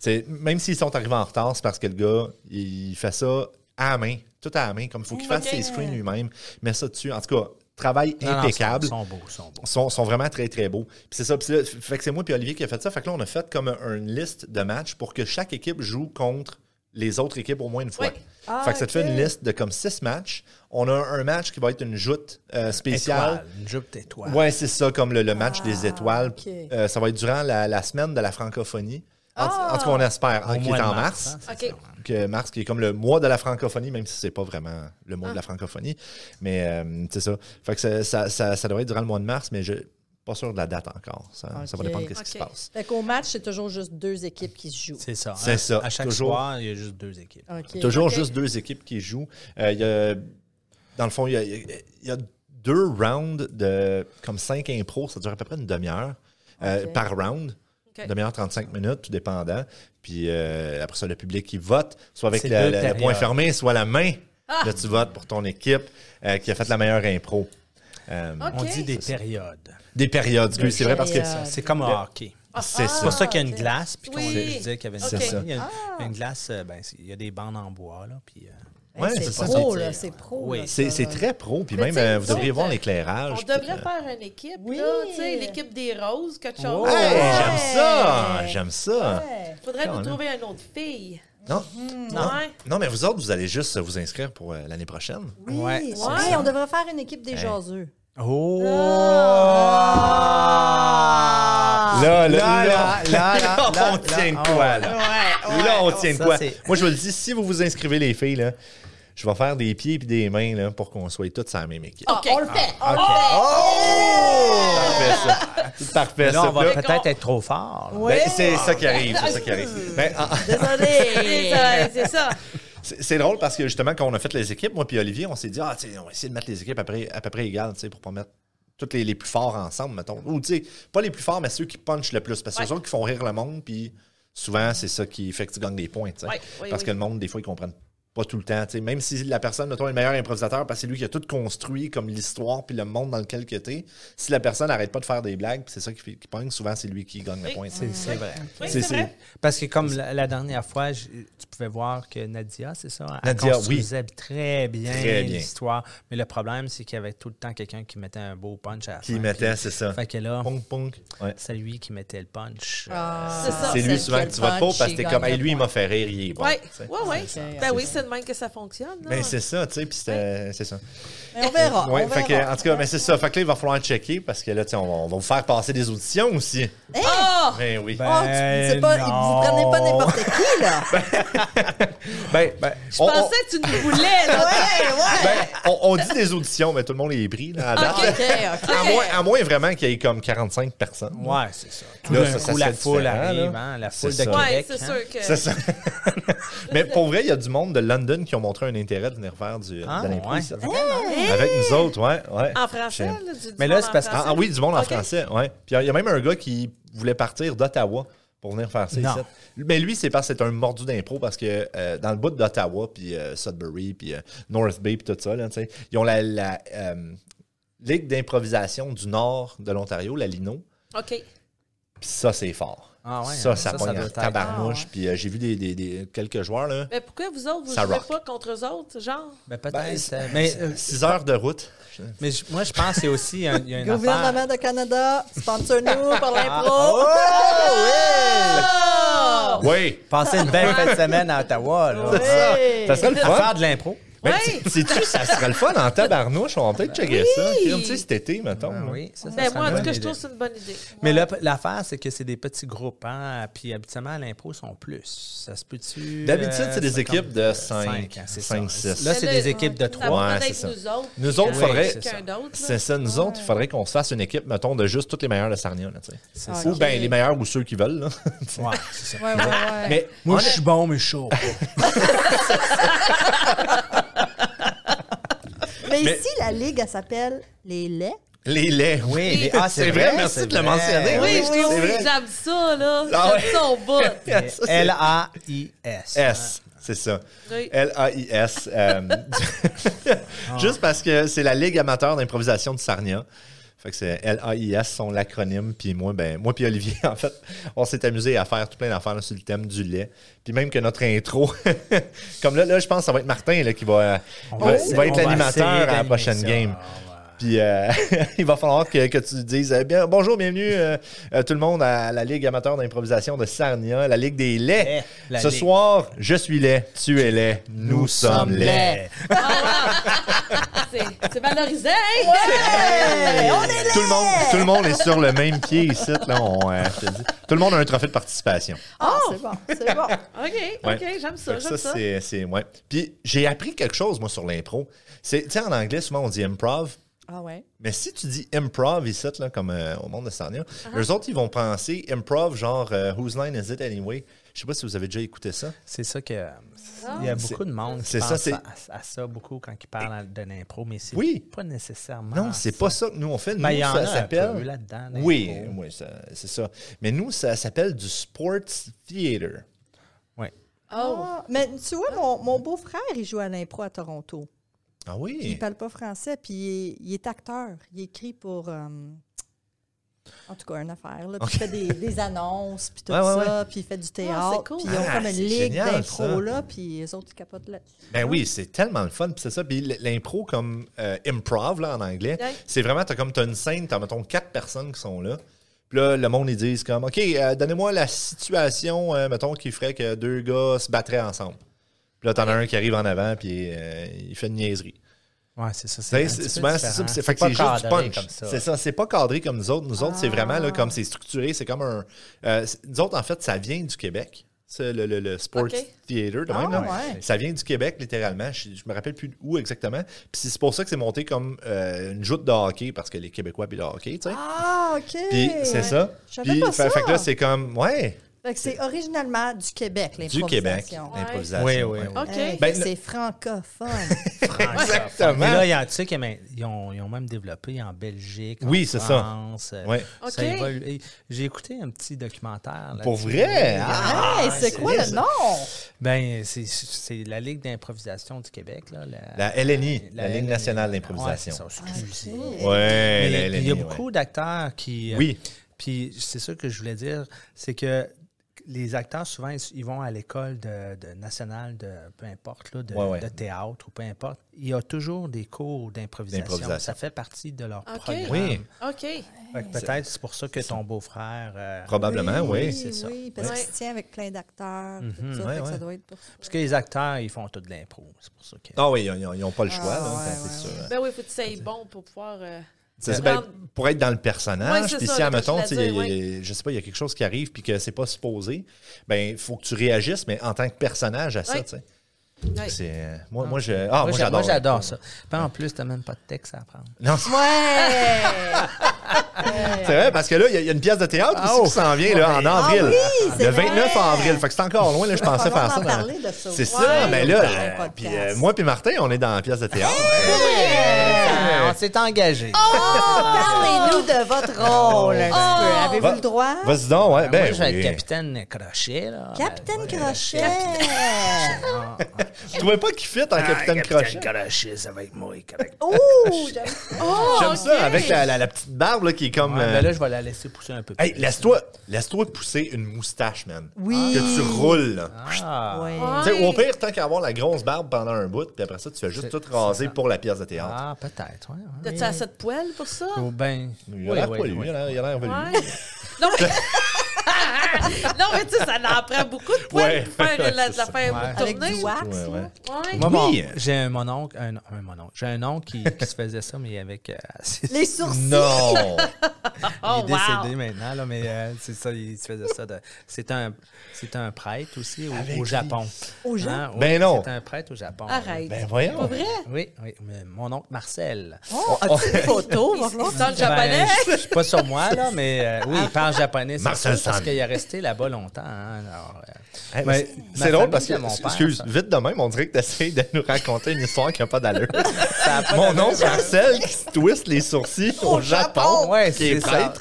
c'est- même s'ils sont arrivés en retard, c'est parce que le gars, il fait ça à la main, tout à la main, comme il faut qu'il fasse Mmh, Ok. ses screens lui-même. Met ça dessus. En tout cas, travail non, non, impeccable Ils sont, sont beaux, ils sont beaux. sont, sont vraiment très, très beaux. Puis c'est ça. Puis là, f- fait que c'est moi puis Olivier qui a fait ça. Fait que là, on a fait comme un- une liste de matchs pour que chaque équipe joue contre les autres équipes au moins une fois. Oui. Ah, fait que ça te fait ok. une liste de comme six matchs. On a un match qui va être une joute euh, spéciale. Étoile, une jupe d'étoile. Ouais, c'est ça, comme le, le match des étoiles. ok. Euh, ça va être durant la, la semaine de la francophonie. En, en tout cas, on espère, Au hein, qui est mois de en mars. hein, c'est OK. ça. Que mars, qui est comme le mois de la francophonie, même si c'est pas vraiment le mois de Ah. la francophonie. Mais euh, c'est ça. Fait que ça, ça, ça- ça devrait être durant le mois de mars, mais je pas sûr de la date encore. Ça, ça va Ok. dépendre de ce qui se Ok. passe. Fait qu'au match, c'est toujours juste deux équipes qui se jouent. C'est ça. C'est hein. ça, À chaque toujours. soir, il y a juste deux équipes. OK. Toujours Ok. juste deux équipes qui jouent. Euh, il y a- dans le fond, il y a, il y a- il y a deux rounds de comme cinq impros. Ça dure à peu près une demi-heure euh, Ok. par round. Ok. Demi-heure, 35 minutes, tout dépendant. Puis euh, après ça, le public qui vote, soit avec C'est la- deux la- le point périodes. fermé, soit la main. Là, tu votes pour ton équipe euh, qui a fait la meilleure impro. Euh, Ok. On dit des périodes. Des périodes, excuse, c'est vrai parce que périodes. C'est comme au hockey. c'est C'est ça. pour ça qu'il y a une glace, puis qu'on Oui. je disais qu'il y avait une Ok. glace. ah, C'est ça. Ah. Il y a une, il y a une glace, euh, ben, c'est- il y a des bandes en bois, là, puis... euh, Hey, Ouais, c'est c'est ça, pro, c'est- là. C'est pro. Oui. là, ça, C'est c'est là. très pro, puis Mais même tu sais, euh, nous vous devriez autres, voir On l'éclairage. puis, devrait euh, faire une équipe, Oui. là, tu sais, l'équipe des roses, quelque chose. Oh. Hey, Ouais. j'aime ça! J'aime ça! Ouais. Faudrait Quand nous même. trouver une autre fille. Non, Non. non, mais vous autres, vous allez juste vous inscrire pour euh, l'année prochaine. Oui. Ouais, Ouais, c'est ça. on devrait faire une équipe des jaseux. Oh! Ah, Là, Ah! Là, là, là, là, on là, tient là. de quoi, là? Là, on tient de Ça, quoi? c'est- Moi, je vous le dis, si vous vous inscrivez, les filles, là, je vais faire des pieds et des mains là, pour qu'on soit toutes sur la même Oh! équipe. OK. On le fait. on le Oh! Parfait, ça. C'est Parfait, Là, ça. on va Là, peut-être être trop fort. là. ben, c'est ça qui arrive, c'est ça qui arrive. Ben, en- Ah, Désolée. Désolée, c'est ça. C'est c'est drôle parce que justement, quand on a fait les équipes, moi puis Olivier, on s'est dit, ah, tu sais, on va essayer de mettre les équipes à peu près, à peu près égales, tu sais, pour pas mettre toutes les, les plus forts ensemble, mettons. Ou, tu sais, pas les plus forts, mais ceux qui punchent le plus. Parce que Ouais. c'est eux autres qui font rire le monde, puis souvent, c'est ça qui fait que tu gagnes des points, tu sais. Ouais, oui, parce oui. que le monde, des fois, ils comprennent pas tout le temps. tu sais. Même si la personne, mettons, est le meilleur improvisateur parce que c'est lui qui a tout construit comme l'histoire puis le monde dans lequel il était, si la personne n'arrête pas de faire des blagues, puis c'est ça qui, fait- qui pogne, souvent c'est lui qui gagne le Oui. point. C'est c'est vrai. Oui, C'est- c'est c'est- vrai. Parce que comme la, la dernière fois, je- tu pouvais voir que Nadia, c'est ça, elle Nadia, oui. construisait très bien, Très bien. l'histoire. Mais le problème, c'est qu'il y avait tout le temps quelqu'un qui mettait un beau punch à la Qui fin, mettait, puis- c'est ça. Fait que là, Pong, pong. Ouais. c'est lui qui mettait le punch. Ah, C'est ça. C'est lui celle souvent qui a que tu votes le pas punch, parce il que t'es gagne comme, hey, le lui, il point. m'a fait rire, il est bon. Oui, tu sais. oui, oui. C'est ça. Ben oui, c'est de même que ça fonctionne. là. Ben, c'est ça, tu sais, puis c'était- c'est ça. Mais on verra. Ouais, Ah, on fait que, verra. en tout cas, mais c'est ça. Fait que là, il va falloir checker parce que là, tu sais, on, va- on va vous faire passer des auditions aussi. Ah! Ben oui. Oh, tu- c'est pas, non. Vous prenez pas n'importe qui, là. Ben, ben, Je on- on- pensais que tu nous voulais, là. ben, on, on dit des auditions, mais tout le monde est pris. Là, à date. OK, OK. À, moins, à moins vraiment qu'il y ait comme 45 personnes. Ouais, c'est ça. Là, Là, ça, ça la serait foule différent, arrive, là. hein, la foule de C'est ça. Oui, Québec. c'est hein. sûr que. C'est ça. mais pour vrai, il y a du monde de London qui ont montré un intérêt de venir faire du, Ah, de l'impro ouais. ici. Avec nous autres, ouais. ouais. En français, Je- là, du- du Mais là, monde c'est en parce que- Ah, français. ah oui, du monde en Ok. français, ouais. Puis il y a même un gars qui voulait partir d'Ottawa pour venir faire ça Non. ici. Mais lui, c'est parce que c'est un mordu d'impro parce que euh, dans le bout d'Ottawa, puis euh, Sudbury, puis euh, North Bay, puis tout ça, là, tu sais, ils ont la, la, euh, Ligue d'improvisation du nord de l'Ontario, la LINO. OK. Puis ça, c'est fort. Ah ouais, ça, hein, ça, ça, ça pogne doit en être- tabarnouche. Ah ouais. Puis euh, j'ai vu des, des- des- quelques joueurs, là. Mais Ben, pourquoi vous autres, vous Ça jouez rock. pas contre eux autres, genre? Ben, peut-être. Ben, euh, mais euh, 6 heures de route. mais je- moi, je pense qu'il y a aussi un, il y a une affaire. Gouvernement de Canada, sponsor-nous pour l'impro. Ah, Oh! Oui! Passer une belle fin de semaine à Ottawa. Là. C'est ça. Ça serait le fun. Faire de l'impro. Mais Ouais. Ben, tu- sais-tu, ça serait le fun en tabarnouche. On va peut-être checker ça. Kim, Tu sais, cet été, mettons. Ah là. oui, ça, ça Ben serait moi, en une tout cas, bonne je idée. trouve que c'est une bonne idée. Mais là, l'affaire, c'est que c'est des petits groupes, hein? Puis habituellement, à l'impro, ils sont plus. Ça se peut-tu. euh, D'habitude, c'est des équipes de cinq, cinq, hein, c'est ça. cinq, six. Là, c'est Mais des équipes de ça trois. va Ouais, peut-être c'est nous autres. Nous autres, puis faudrait- quelqu'un d'autre, là. C'est ça, nous autres, il faudrait qu'on se fasse une équipe, mettons, de juste toutes les meilleurs de Sarnia. là, tu sais. C'est Ah, ça. Ou bien les meilleurs ou ceux qui veulent. Là. Ouais, c'est ça. Ouais, ouais, ouais. Mais Moi, je suis bon, mais chaud. Mais, Mais- ici, la ligue, elle s'appelle les laits. les laits, oui. Oui, mais ah, C'est vrai, merci c'est de le vrai. mentionner. Oui, Oui, je c'est trouve vrai. que j'aime ça, là. Ah J'aime ça au bout. Ça, c'est- L-A-I-S. S, c'est ça. Oui. L-A-I-S. euh, juste parce que c'est la Ligue amateur d'improvisation de Sarnia. Fait que c'est L-A-I-S, son acronyme. Puis moi, ben, moi puis Olivier, en fait, on s'est amusé à faire tout plein d'affaires là, sur le thème du lait. Puis même que notre intro, comme là, là, je pense que ça va être Martin là, qui va, va- essayer- va être on va essayer l'animateur à la d'animer prochaine ça. game. On va- Puis euh, il va falloir que, que tu dises euh, bien, bonjour, bienvenue euh, euh, tout le monde à la Ligue amateur d'improvisation de Sarnia, la Ligue des laits. Eh, la Ce Ligue. soir, je suis laid, tu es laid, nous, sommes laid. C'est- C'est valorisé, hein? Tout le, monde, tout le monde est sur le même pied ici. Là, on, euh, je te dis. Tout le monde a un trophée de participation. Ah, c'est bon, c'est bon. OK, Ouais. OK, j'aime Fait ça, que j'aime ça. c'est- c'est- ouais. Puis j'ai appris quelque chose, moi, sur l'impro. C'est- Tu sais, en anglais, souvent, on dit improv. Ah ouais. Mais si tu dis improv ici, là, comme euh, au monde de Sarnia, Uh-huh. eux autres, ils vont penser improv genre euh, Whose Line Is It Anyway? Je sais pas si vous avez déjà écouté ça. C'est ça que. Il y a beaucoup de monde qui Ah. c'est ça, pense c'est- à, à ça beaucoup quand ils parlent à- de l'impro, mais c'est Oui. pas nécessairement. Non, c'est pas ça que nous on fait. Nous, Ah, Ben, il y en ça a un s'appelle. peu là-dedans, l'impro. Oui, oui, ça- c'est ça. Mais nous, ça s'appelle du sports theater. Oui. Oh, Ah, mais tu vois, mon, mon beau-frère, il joue à l'impro à Toronto. Ah Il oui. parle pas français, puis il est, il est acteur. Il écrit pour. euh, en tout cas, une affaire. Là, puis il fait des, des annonces, puis tout Ouais, ouais, ça, puis il fait du Ah, théâtre. c'est cool. Puis ils ont Ah, comme une c'est ligue génial, ça. d'impro, là, puis les autres, ils capotent là. Ben oui, c'est tellement le fun. Puis c'est ça. Puis l- l'impro comme euh, improv là, en anglais, Ouais. c'est vraiment, t'as comme t'as une scène, t'as mettons quatre personnes qui sont là. Puis là, le monde, ils disent comme OK, euh, donnez-moi la situation, euh, mettons, qui ferait que deux gars se battraient ensemble. Puis là, t'en as un qui arrive en avant, puis euh, il fait une niaiserie. Ouais, c'est ça. Tu sais, un Ben, c'est- petit peu souvent, c'est différent. c'est- fait que pas c'est juste du cadré punch. comme ça. Ah. C'est ça, c'est pas cadré comme nous autres. Nous autres, c'est vraiment là, comme c'est structuré. C'est comme un. euh, c'est- nous autres, en fait, ça vient du Québec. C'est Le, le, le Sports Ok. Theater, de Ah, même. là. ouais. Ça vient du Québec, littéralement. Je, je me rappelle plus où exactement. Puis c'est pour ça que c'est monté comme euh, une joute de hockey, parce que les Québécois puis le hockey, tu sais. Ah, OK. Puis c'est ça. Je savais Puis pas fait, ça. fait que là, c'est comme, ouais. Fait que c'est originalement du Québec, Du Québec, l'improvisation. l'improvisation. Oui, oui, oui. OK. Euh, Ben, c'est francophone. Ah, Exactement. Mais là, il y a- tu sais qu'ils ils ont, ils ont même développé en Belgique, en Oui, c'est ça. France. euh, Ouais. OK. ça évolue. Et J'ai écouté un petit documentaire. là-dessus. hein? Pour vrai? Ah! Hey, c'est c'est quoi vrai, le ça. nom? Ben, c'est- c'est la Ligue d'improvisation du Québec. Là, la, La LNI, la, Ligue LNI. nationale Ouais, d'improvisation. ça, excusez. Ok. Oui, Mais la il LNI. y a ouais. beaucoup d'acteurs qui. euh, Oui, Puis c'est ça que je voulais dire, c'est que les acteurs, souvent, ils, ils vont à l'école de, de nationale, de peu importe, là, de, Ouais, ouais. de théâtre ou peu importe. Il y a toujours des cours d'improvisation. D'improvisation. Ça fait partie de leur OK. Ah, programme. Oui. OK. Fait que Peut-être c'est pour ça que ton beau-frère. euh, probablement, oui. c'est ça. Oui, parce Ouais. qu'il se tient avec plein d'acteurs. tout Mhm. ça, Ouais, fait que ouais. ça doit être pour ça. parce que les acteurs, ils font tout de l'impro. C'est pour ça que. Ah oui, ils n'ont pas le choix, Ah, là, ouais, ça, c'est ouais, sûr. Ben oui, il faut que tu sois bon pour pouvoir. euh, Ça, c'est- Dans- ben, pour être dans le personnage, Ouais, c'est puis ça, si, là, admettons, je tu sais, voulais il y a- dire, il y a- je sais pas, il y a quelque chose qui arrive puis que c'est pas supposé, ben il faut que tu réagisses, mais en tant que personnage à ça, Ouais. tu sais. Ouais. C'est, euh, moi, moi, je, ah, moi, j'a- j'adore. j'adore ça. Puis en plus, t'as même pas de texte à apprendre. Non, Ouais! c'est vrai, parce que là, il y, a- il y a une pièce de théâtre aussi qui s'en vient là, en avril. oui, c'est le 29 vrai. avril. Fait que c'est encore loin, là, je pensais faire falloir ça. en dans- parler de ça C'est aussi. ça, Ouais. mais là, Dans euh, le podcast. puis, euh, moi puis Martin, on est dans la pièce de théâtre. Ah, on s'est engagé. Oh, Ah! Parlez-nous de votre rôle un petit peu. Avez-vous Va- le droit? Vas-y donc, ouais, Moi, ben je vais oui. être capitaine crochet. Là. Capitaine Ben, Crochet! Je trouvais pas qu'il fit en Ah, Capitaine Crochet. Crochet, ça va être moi, correct. Ouh! j'aime- Oh, J'aime OK. ça, avec la, la- la petite barbe là, qui est comme... euh, mais ben là, je vais la laisser pousser un peu. Hey, plus. laisse-toi laisse pousser une moustache, man. Oui. Que tu roules. là. Ah, Ouais. Tu sais, au pire, tant qu'à avoir la grosse barbe pendant un bout, puis après ça, tu fais juste tout raser pour la pièce de théâtre. Ah, peut-être, ouais. ouais. T'as-tu assez de poêle pour ça? Ou ben, Il a oui, l'air oui, poilu, oui. il a l'air- il a l'air velu. Ouais. non, mais... non, mais tu sais, ça en prend beaucoup de Ouais. poils pour faire une- la, C'est ça. la faire Ouais. Avec tourner. du wax, Ouais, ouais. là. Ouais. Moi, mon- Oui. j'ai un mon oncle, un, un mon oncle. J'ai un oncle qui, qui se faisait ça, mais avec. euh, c'est- Les sourcils. Non! Oh, il est décédé wow. maintenant, là, mais euh, c'est ça, il se faisait ça. de- C'est un, c'est un prêtre aussi au- Avec au, qui? Japon. Hein? Au Japon? oui, Ben non. C'est un prêtre au Japon. Arrête. ben voyons! Pas vrai? Oui, oui, mais mon oncle Marcel. Oh, as-tu une photo? Il Marlon? sent le Ben, japonais. je- je suis pas sur moi, là, mais euh, oui, il parle japonais. c'est Marcel sûr, Parce Sam. qu'il est resté là-bas longtemps. hein, alors, euh, Hey, ma- mais ma c'est drôle famille parce que, de mon père, excuse, ça. vite de même, on dirait que t'essayes de nous raconter une histoire qui n'a pas d'allure. ça a pas Mon d'allure. hein. oncle Marcel qui se twiste les sourcils au Japon, Oh, Ouais, qui est c'est ça. prêtre.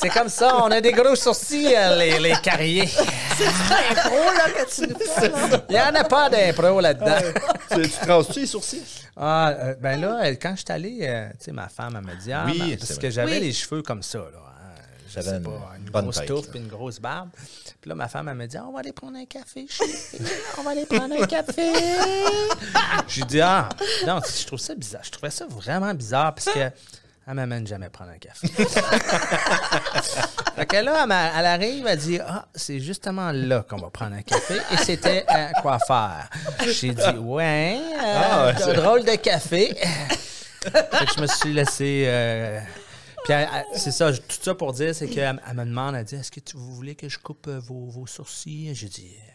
C'est comme ça, on a des gros sourcils, euh, les, les carriers. Oh là, que tu nous fais, là. Il n'y en a pas d'impro là-dedans. tu, tu te rases-tu les sourcils? Ah, euh, ben là, euh, quand je suis allé, euh, tu sais, ma femme, elle m'a dit, ah, Oui, ben, c'est parce vrai. que j'avais Oui. les cheveux comme ça, là. hein, je J'avais sais une pas, une, bonne grosse tête, touffe là. puis une grosse barbe. Puis là, ma femme, elle m'a dit, on va aller prendre un café, chérie. On va aller prendre un café. J'ai dit, ah, non, tu sais, je trouve ça bizarre. Je trouvais ça vraiment bizarre parce que. Elle m'amène jamais prendre un café. fait que là, elle, m'a- elle arrive, elle dit Ah, c'est justement là qu'on va prendre un café. Et c'était un coiffeur. J'ai dit Ouais, euh, Ah, ouais, t'as c'est- un drôle de café. Fait que je me suis laissé. euh, Puis elle- elle- c'est ça, je- tout ça pour dire, c'est qu'elle elle me demande, elle dit Est-ce que tu, vous voulez que je coupe euh, vos, vos sourcils J'ai dit Euh,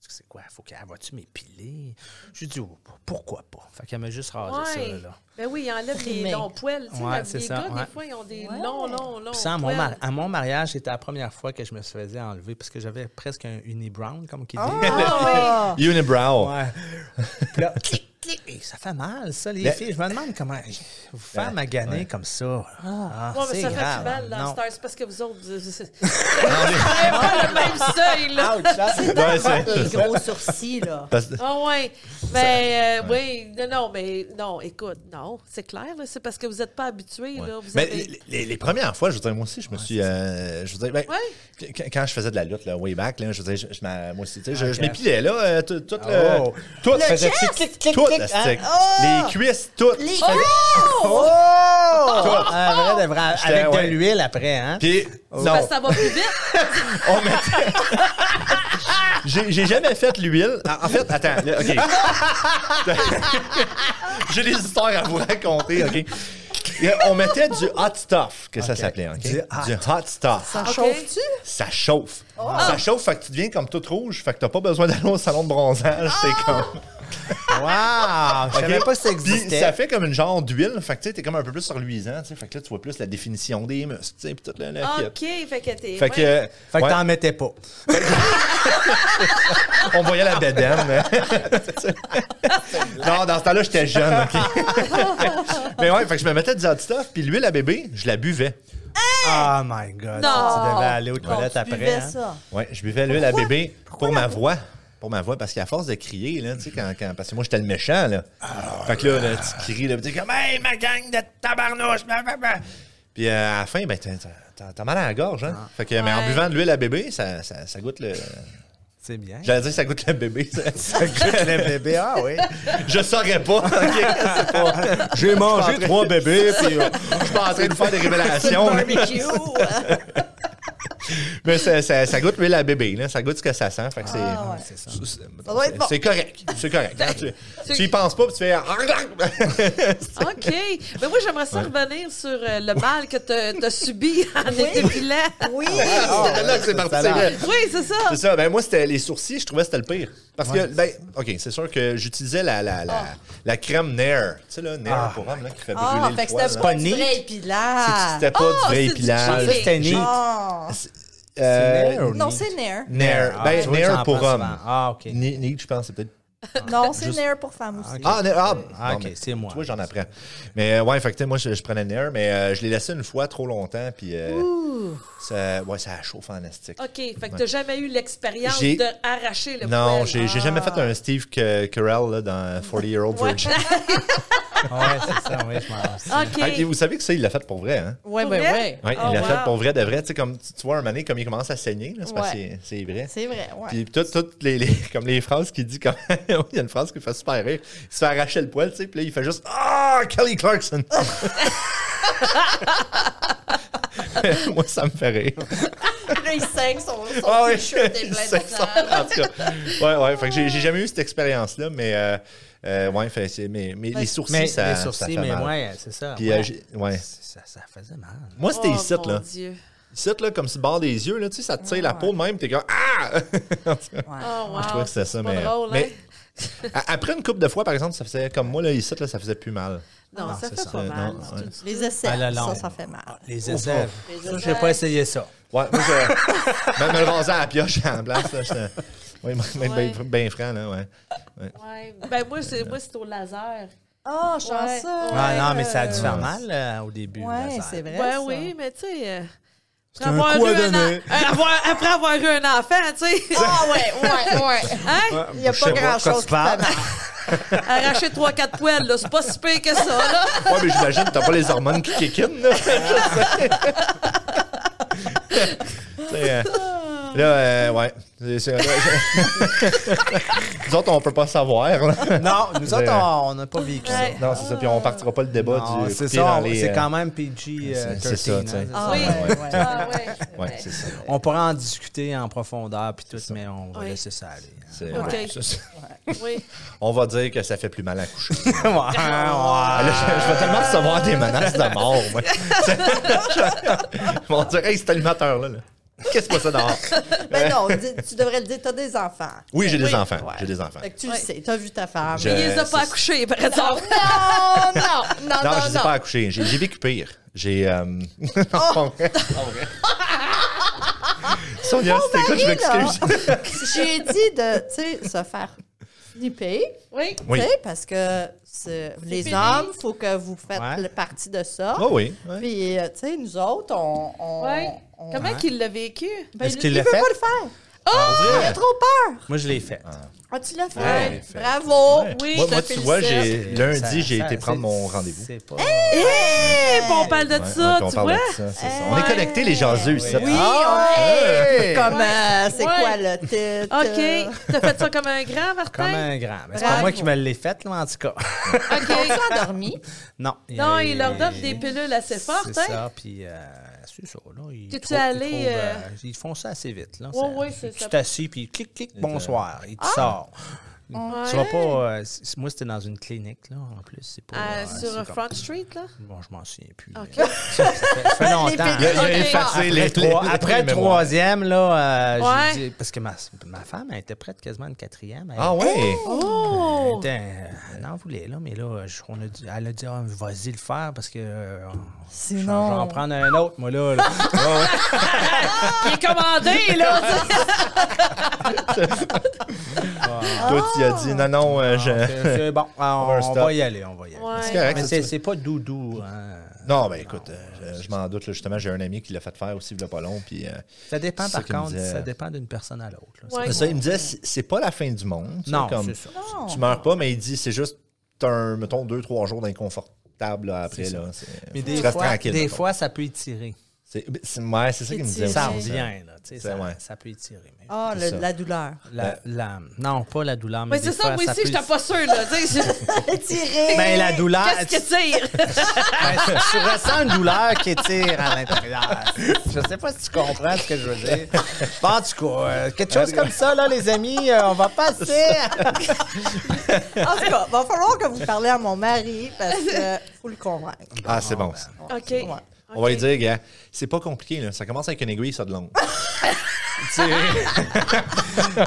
je dis, C'est quoi Faut qu'elle va-tu m'épiler J'ai dit Oh, Pourquoi pas Fait qu'elle m'a juste rasé ça. Ouais. Ah, Là. Ben oui, ils enlèvent les Trimé. longs poils. Tu sais, Ouais, la- c'est les ça, gars, ouais. des fois, ils ont des longs, longs, longs. Puis ça, à mon, poils. mari- à mon mariage, c'était la première fois que je me faisais enlever parce que j'avais presque un unibrown, comme qu'il dit. Oh! Ah, Unibrow. Ouais. Puis là, clic, clic. Et ça fait mal, ça, les Mais- filles. Je me demande comment vous faire Ouais, maganer comme ça. Ah, Ouais, mais c'est ça fait grave. du mal, là, Non. Star. C'est parce que vous autres, vous n'avez pas le même seuil, là. Ouais, c'est- les gros sourcils, là. parce que- Ah ouais. Ben euh, oui, non, non, mais non, écoute, non, c'est clair, là, c'est parce que vous n'êtes pas habitué. Ouais. là. Vous Mais Ben, avez- les, les- les premières fois, je veux dire, moi aussi, je me suis. euh, je veux dire, ben, Ouais. qu- quand je faisais de la lutte, là, way back, là, je veux dire, je, je m'a- moi aussi, tu sais, je, Ah, je Ok. m'épilais, là, euh, tout, tout Oh. le. Tout, faisais chest, clic, clic, tout, clic, la hein. stick. Oh! Les cuisses, toutes. Les Oh! Un vrai de vrai, J'étais- avec ouais. de l'huile après, hein? Puis, Oh! Parce non, que ça va plus vite. on mettait. J'ai- J'ai jamais fait l'huile. En en fait, attends, là, OK. J'ai des histoires à vous raconter, OK. Et On mettait du hot stuff, que ça s'appelait, OK? Du hot. du hot stuff. Ça Ok. chauffe-tu? ça Oh. Ah! chauffe. Ça chauffe, fait que tu deviens comme toute rouge, fait que t'as pas besoin d'aller au salon de bronzage. T'es comme. Wow! Je savais Ok. pas que ça Puis existait. ça fait comme une genre d'huile. Fait que tu sais, t'es comme un peu plus reluisant. tu sais. Fait que là, tu vois plus la définition des muscles. tu sais, puis toute la, la kit. OK, fait que t'es. Fait que, ouais. Fait que ouais, t'en mettais pas. on voyait la bédaine. non, dans ce temps-là, j'étais jeune. ok. Mais ouais, fait que je me mettais du hot stuff, puis l'huile à bébé, je la buvais. Oh my God. Non. Tu devais aller aux Non, toilettes tu après. buvais hein? ça. Ouais, je buvais l'huile à bébé pour ma voix. Pour ma voix, parce qu'à force de crier, là, tu sais, quand, quand- parce que moi, j'étais le méchant, là. fait que là, là, tu cries, là, puis t'es comme, hey, ma gang de tabarnouche, bla, bla, bla. Puis euh, à la fin, ben, t'as- t'as t'as mal à la gorge, hein. Fait que, mais en Ouais. buvant de l'huile à bébé, ça, ça, ça goûte le. C'est bien. Hein? J'allais dire, ça goûte le bébé. ça. le bébé, ah oui. je saurais pas. ok. J'ai mangé trois euh, bébés, puis... Je suis pas en train de faire des révélations, là. Barbecue. mais ça, ça, ça goûte l'huile à bébé, là. Ça goûte ce que ça sent. Fait que c'est. Ah, ouais. C'est ça. c'est- c'est- doit être bon. Ah, C'est correct. C'est correct. hein. tu, tu y penses pas, puis tu fais. OK. Mais moi, j'aimerais ça revenir sur euh, le mal que t'as as subi en épilant. Oui! Ah, là, c'est parti. c'est vrai. Oui, c'est ça. C'est ça. Ben moi, c'était les sourcils, je trouvais que c'était le pire. Parce que, ben, OK, c'est sûr que j'utilisais la, la, la, la crème Nair. Tu sais, là, Nair Ah. pour homme, là, qui fait brûler Ah, le fait que poil, c'était là. pas C'est du pas vrai neat. épilage. C'était pas Ah, du vrai c'est du épilage. cheating. C'était neat. Ah. Euh, Nair ou Non, c'est Nair. Nair. Ah, Ben, tu vois, tu Nair en pour prends homme. souvent. Ah, OK. Ni- Ni, je pense, c'est peut-être. Non, c'est Nair pour femme aussi. Ah, Nair. Ah, Ah, bon, OK, mais- c'est moi. Tu vois, j'en apprends. Mais euh, ouais, fait que, tu sais, moi, je, je prenais Nair, mais euh, je l'ai laissé une fois trop longtemps, puis euh, ça, ouais, ça chauffe en estique. OK, fait que t'as jamais eu l'expérience J'ai- de arracher le Ah, Non, poil. j'ai j'ai jamais fait un Steve Ca- Carell là, dans 40 Year Old Ouais. Virgin. Ah Ouais, c'est ça, oui, je m'en rappelle. OK. Ah, puis vous savez que ça, il l'a fait pour vrai, hein? Oui, Pour oui, vrai? oui. Oui, Oh, il l'a wow. fait pour vrai de vrai. Tu sais, comme tu, tu vois un mané comme il commence à saigner, là, c'est parce que Ouais. c'est c'est vrai. C'est vrai, oui. Puis tout- toutes les, les- comme les phrases qu'il dit, comme, il y a une phrase qui me fait super rire. Il se fait arracher le poil, tu sais, puis là, il fait juste Ah, Kelly Clarkson! Moi, ça me fait rire. Là, il saigne son, son Ah oui, t-shirt est plein c'est de ça. sang. En tout cas, ouais, ouais. Fait que j'ai j'ai jamais eu cette expérience-là, mais, euh, euh, ouais, fait, c'est- mais, mais les sourcils, Mais ça. les ça sourcils, fait mais mal. ouais, c'est ça. Puis, euh, j'ai- ouais. Ça, ça faisait mal. Moi, c'était Oh, ici, mon là. Dieu. Oh, Ici, là, comme sur le bord des yeux, là, tu sais, ça te tire la peau de même, t'es comme Ah! Ouais. Oh, wow. trouvais que c'était ça, C'est pas mais- drôle, mais- hein? A- Après une coupe de fois, par exemple, ça faisait comme moi, là, ici, là, ça faisait plus mal. Non, Non, ça c'est fait ça. pas Euh, mal. non, du ouais. tout, du- Les essais, À la ça, longue. ça fait mal. Ah, Les essais. Les Ça, j'ai essais. pas essayé ça. Ouais, moi, je, même me le raser à la pioche en place, là, j'étais- Oui, même Ouais. bien bien franc, là, ouais. Ouais. Ben, moi, c'est moi, c'est au laser. Ah, oh, chanceux. chanceux. Ah non, mais ça a dû euh, faire mal euh, au début. le Oui, laser. c'est vrai. Ouais, ça. Ben oui, mais tu sais. euh, C'est après un avoir coup à eu un donner. en- euh, avoir- après avoir eu un enfant, tu sais. Ah, ouais, ouais, ouais. Hein? Ah, Il n'y a Je pas sais pas de quoi grand-chose tu qui fait parles. mal. Arracher 3-4 poils, là, c'est pas si pire que ça, là. Ouais, mais j'imagine que t'as pas les hormones qui kick in, Ah. là. Je sais. Tu sais, euh, Là, euh, ouais. C'est- c'est- là, je- Nous autres, on peut pas savoir. Là. Non, nous autres, on on n'a pas vécu ça. Non, c'est ça. Puis on partira pas le débat Non, du. c'est couper ça, dans on- les, c'est euh, quand même euh, PG-13. c'est- c'est ça, tu sais. Ah, Oui. ouais, ouais. Ah, ouais. Ouais, c'est ça. hein, On pourra en discuter en profondeur puis tout, mais on va Oui. laisser ça aller. hein. C'est- Ok. ouais, ça, c'est- Oui. On va dire que ça fait plus mal à coucher. Ouais, Ah. ouais. Là, je, je vais tellement recevoir des menaces de mort, moi. Ils vont dire, hey, cet animateur-là, là, qu'est-ce que c'est ça dehors? Mais Ben non, dis- tu devrais le dire, t'as des enfants. Oui, j'ai des Oui. enfants. Ouais. J'ai des enfants. Fait que tu le Ouais. sais, t'as vu ta femme. Je- Il les a c'est pas Euh, ça. accouchés, par exemple. Non, non, non, Non, non, je ne non. pas accouché. J'ai j'ai vécu pire. J'ai. euh, non, pas Oh. vrai. Pas vrai. Sonia, si t'écoutes, je m'excuse. J'ai dit de, tu sais, se faire snipper, Oui. Oui. tu sais, parce que c'est- les fini. hommes, faut que vous faites Ouais. le- partie de ça. Oh oui. ouais. Puis, euh, tu sais, nous autres, on... on, Ouais. on- Comment qu'il l'a vécu? Ben, Est-ce il- qu'il il l'a veut fait? pas le faire. Oh, On Il dirait- a trop peur. Moi, je l'ai fait. Ah, tu l'as fait. Ah Ouais, il fait. Bravo. Oui, moi, je moi, te tu vois, félicite. j'ai lundi, j'ai été prendre mon rendez-vous. C'est pas... Eh, Hey, puis on parle de Ouais, ouais, ça, puis on tu parle vois? Eh de ça, c'est ça. On est connectés, les jaseux, ici. Oui, Ah, on hey! est comme... euh, c'est Ouais. quoi le titre? euh, OK. T'as fait ça comme un grand, Comme Martin? un grand. Mais c'est pas Bravo. moi qui me l'ai fait, là, en tout cas. OK. T'as endormi? Non. Non, il leur donne des pilules assez fortes, C'est hein? ça, puis euh, c'est ça, là. Ils, T'es-tu trouvent- ils allé, trouvent, euh, euh, ils font ça assez vite, là. Ouais, ouais, c'est tu ça. t'assis, puis clic, clic, bonsoir, il te sort. Ah, Tu vas pas... euh, c- moi, c'était dans une clinique, là, en plus. C'est pas... Euh, euh, c'est Sur comme- Front Street, là? Bon, je m'en souviens plus. OK. mais Ça, ça fait, ça fait longtemps. Les Il a, il a Ok. effacé les, Après, trois- les- après les le mémoires. troisième, là, euh, j'ai Ouais. dit- parce que ma, ma femme, elle était prête quasiment à une quatrième. Elle- Ah ouais? Oh! était. euh, Elle en voulait, là, mais là, je- on a dit- elle a dit Ah, vas-y le faire parce que. euh, je vais Sinon, en prendre un autre, moi, là. là. Ouais, ouais. Ah, Ah! Il est commandé, là! Eh, Toi, tu as dit non, non, euh, je- Ah, c'est- c'est bon, Ah, On va un on, stop. va y aller, on va y aller. C'est Ouais. correct, Mais c'est c'est ça. c'est pas doudou. hein. Non, ben écoute, euh, je, je m'en doute. là, justement, j'ai un ami qui l'a fait faire aussi, il l'a pas long. Puis, euh, Ça dépend, C'est ça par qu'il me contre, disait. ça dépend d'une personne à l'autre. là. Ouais. ça, il me disait, c'est c'est pas la fin du monde. tu sais, Non, comme, c'est ça. non. tu meurs pas, mais il dit, c'est juste, t'as un, mettons, deux, trois jours d'inconfortable là, après. C'est ça. Là, c'est- Mais tu des restes fois, tranquille, des mettons. fois, ça peut étirer. C'est c'est- ouais, c'est ça qu'il me disait. Ça aussi, revient, là. tu sais, C'est Euh. Ça, ouais. ça peut étirer. mais- ah, C'est le- ça. la douleur. La- la- non, pas la douleur, mais, Mais c'est des ça, fois, moi ça aussi, peut- j'étais pas sûre, là. Tu sais, je- Tirer. Ben, la douleur, Qu'est-ce que tire? tu, tu ressens une douleur qui étire à l'intérieur. Je sais pas si tu comprends ce que je veux dire. Bon, en tout cas, euh, quelque chose comme ça, là, les amis, euh, on va passer. En tout cas, va falloir que vous parlez à mon mari parce qu'il faut le convaincre. Ah, c'est bon. ça. OK. On va lui dire, gars, c'est pas compliqué. Là. Ça commence avec une aiguille, ça de longue.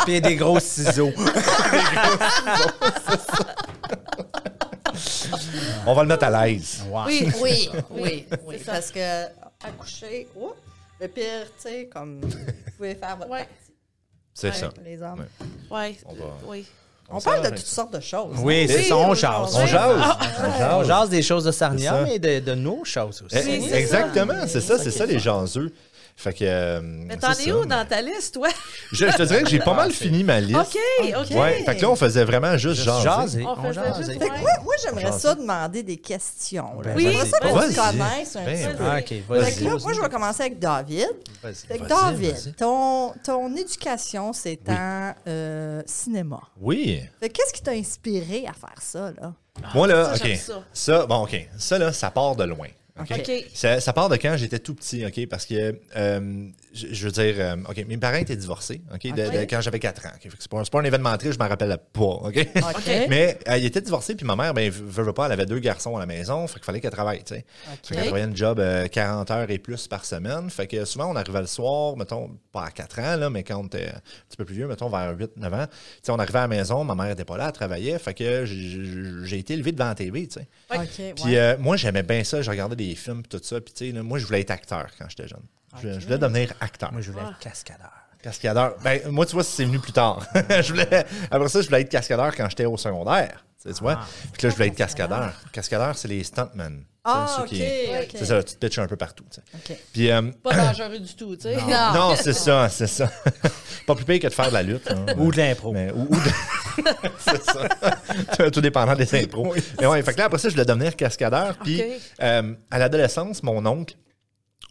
Puis des gros ciseaux. On va le mettre à l'aise. Wow. Oui, Oui, oui, oui. C'est ça. Parce que accoucher, oups, le pire, tu sais, comme vous pouvez faire votre Ouais. partie, C'est ça. les hommes. Ouais. ouais, On va- oui. On parle de s'arrête. toutes sortes de choses. Oui, c'est ça, on jase. On jase. On On jase. jase des choses de Sarnia, C'est ça. mais de, de nos choses aussi. Eh, c'est Exactement, c'est ça, c'est ça les jaseux. Fait que. euh, Mais t'en c'est es ça, où mais- dans ta liste, toi? Je, je te dirais que j'ai pas mal fini ma liste. OK, OK. Ouais, fait que là, on eh. faisait vraiment juste, Juste jaser. jaser. On On faisait jase. juste- Fait que Ouais. moi, moi, j'aimerais ça demander des questions. là. Ben, Oui, j'aimerais ça vas-y. qu'on Vas-y. se connaisse un Ben, petit ouais. peu. Ah, OK, Fait que vas-y. là, moi, je vais commencer avec David. Fait que Vas-y, David, vas-y. ton, ton éducation, c'est en euh, cinéma. Oui. Fait que Qu'est-ce qui t'a inspiré à faire ça, là? Moi, là, ça, j'aime OK. ça. Ah. Ça, bon, OK. Ça, là, ça part de loin. OK. OK. Ça, ça part de quand j'étais tout petit, OK? Parce que, euh, je, je veux dire, euh, OK, mes parents étaient divorcés, OK? de- de- quand j'avais 4 ans. OK? Fait que C'est pas, un- c'est pas un événement triste, je m'en rappelle pas, OK? OK. Mais euh, ils étaient divorcés, puis ma mère, ben, veut, veut pas, elle avait deux garçons à la maison, fait qu'il fallait qu'elle travaille, tu sais. Fait qu'elle travaillait un job euh, 40 heures et plus par semaine. Fait que souvent, on arrivait le soir, mettons, pas à 4 ans, là, mais quand on était un petit peu plus vieux, mettons, vers 8, 9 ans, tu sais, on arrivait à la maison, ma mère était pas là, elle travaillait, fait que j- j- j'ai été élevé devant la TV, tu sais. OK, Puis ouais. euh, moi, j'aimais bien ça, je regardais des films, tout ça, puis tu sais, là, moi, je voulais être acteur quand j'étais jeune. Je, je voulais devenir acteur. Moi, je voulais être cascadeur. Cascadeur. Ben, moi, tu vois, c'est venu plus tard. je voulais, après ça, je voulais être cascadeur quand j'étais au secondaire. Tu sais, tu Ah. vois? Puis là, je voulais être cascadeur. Cascadeur, c'est les stuntmen. Ah, C'est OK. ceux qui- ok. C'est ça, tu te pitches un peu partout. tu sais. OK. Puis, euh, Pas dangereux du tout, tu sais. Ah. non, c'est ça, c'est ça. Pas plus pire que de faire de la lutte. hein. Ou de l'impro. Mais- ou, ou de- c'est ça. tout, tout dépendant des impros. Mais ouais, fait que là, après ça, je voulais devenir cascadeur. Puis Ok. euh, à l'adolescence, mon oncle,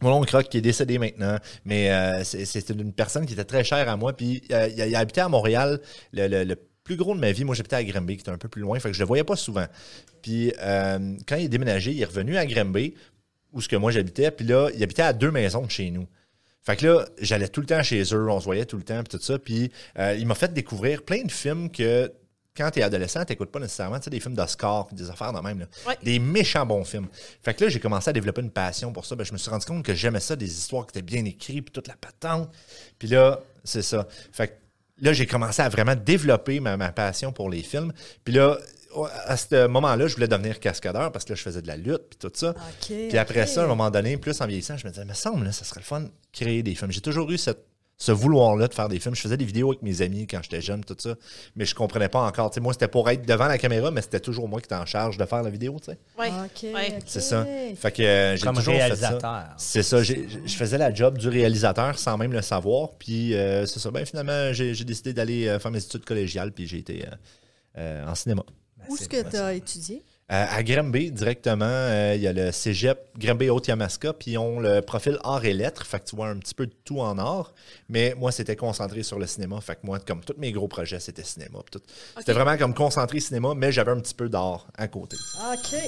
mon oncle Rock qui est décédé maintenant, mais euh, c'est- c'était une personne qui était très chère à moi. Puis euh, il, il habitait à Montréal, le, le- le plus gros de ma vie. Moi, j'habitais à Grimby, qui était un peu plus loin. Fait que je le voyais pas souvent. Puis euh, quand il est déménagé, il est revenu à Grimby, où ce que moi j'habitais. Puis là, il habitait à deux maisons de chez nous. Fait que là, j'allais tout le temps chez eux, on se voyait tout le temps, puis tout ça. Puis euh, il m'a fait découvrir plein de films que quand t'es adolescent, t'écoutes pas nécessairement, tu sais, des films d'Oscar, puis des affaires de même, là. Ouais. des méchants bons films. Fait que là, j'ai commencé à développer une passion pour ça. Ben, je me suis rendu compte que j'aimais ça, des histoires qui étaient bien écrites, puis toute la patente. Puis là, c'est ça. Fait que là, j'ai commencé à vraiment développer ma, ma passion pour les films. Puis là, à ce moment-là, je voulais devenir cascadeur parce que là, je faisais de la lutte, puis tout ça. Puis après ça, à un moment donné, plus en vieillissant, je me disais, me semble, là, ça serait le fun de créer des films. J'ai toujours eu cette- ce vouloir-là de faire des films. Je faisais des vidéos avec mes amis quand j'étais jeune, tout ça, mais je comprenais pas encore. Tu sais, moi, c'était pour être devant la caméra, mais c'était toujours moi qui étais en charge de faire la vidéo. tu sais. Ouais. OK. Ouais. OK. C'est ça. Fait que euh, j'ai Comme toujours fait réalisateur. ça. C'est ça. J'ai- j'ai- Je faisais la job du réalisateur sans même le savoir. Puis euh, c'est ça. Ben, finalement, j'ai j'ai décidé d'aller euh, faire mes études collégiales, puis j'ai été euh, euh, en cinéma. Où est-ce que tu as étudié? Euh, à Grimby, directement, euh, il y a le cégep Grimby Haute-Yamaska, puis ils ont le profil art et lettres, fait que tu vois un petit peu de tout en art. Mais moi, c'était concentré sur le cinéma, fait que moi, comme tous mes gros projets, c'était cinéma. puis tout. C'était vraiment comme concentré cinéma, mais j'avais un petit peu d'art à côté. OK.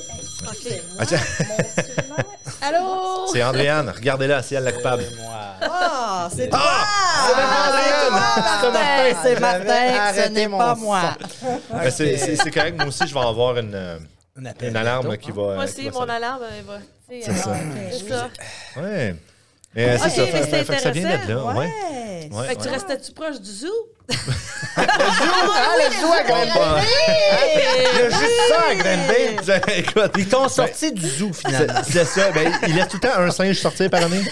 Ah, tiens. Allô? C'est Andréane, regardez-la, c'est elle la coupable. Ah, c'est toi! Ah, c'est Martin, c'est J'avais Martin, ce arrêté n'est mon pas moi. Ah, Ben, c'est- C'est c'est correct, moi aussi, je vais avoir une, euh, Un appel une alarme bientôt. qui va. Moi qui aussi, va mon sonner. alarme, elle va. tu sais, elle va- C'est ça. Ouais. Mais euh, Ok, c'est ça, mais fait- c'est fait que ça vient de là. Ouais. Ouais. Ouais, Fait que tu ouais. restais-tu proche du zoo? Ah, le zoo à Grande Bay! Il y a juste ça à Grande Bay! Écoute, Ils t'ont sorti du zoo, finalement. c'est- c'est ça. Ben, il laisse tout le temps un singe sortir par année.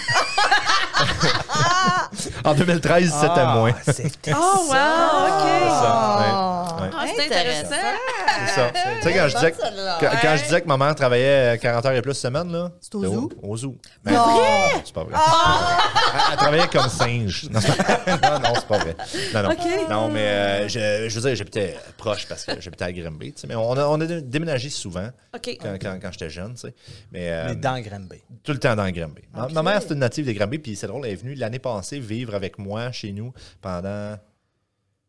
en 2013, c'était Ah, moins. C'était Oh, wow, OK. Ça, ouais, ouais. Ah, c'est intéressant. Ah, C'est ça. Tu sais, quand je disais que, quand- quand je disais que ma mère travaillait euh, 40 heures et plus semaine, là. C'est au c'était zoo? Ah! Au zoo. Ben, C'est pas vrai. Elle, elle travaillait comme singe. Non, c'est pas- non, non, c'est pas vrai. Non, non. Ok. Non, mais euh, je, je veux dire, j'habitais proche parce que j'habitais à Grimby, tu sais. Mais on a, on a déménagé souvent OK. quand, quand, quand j'étais jeune, tu sais. Mais, euh, Mais dans Granby. tout le temps dans Granby. Ma, ma mère, c'est une native de Granby, puis c'est drôle, elle est venue l'année passée vivre avec moi chez nous pendant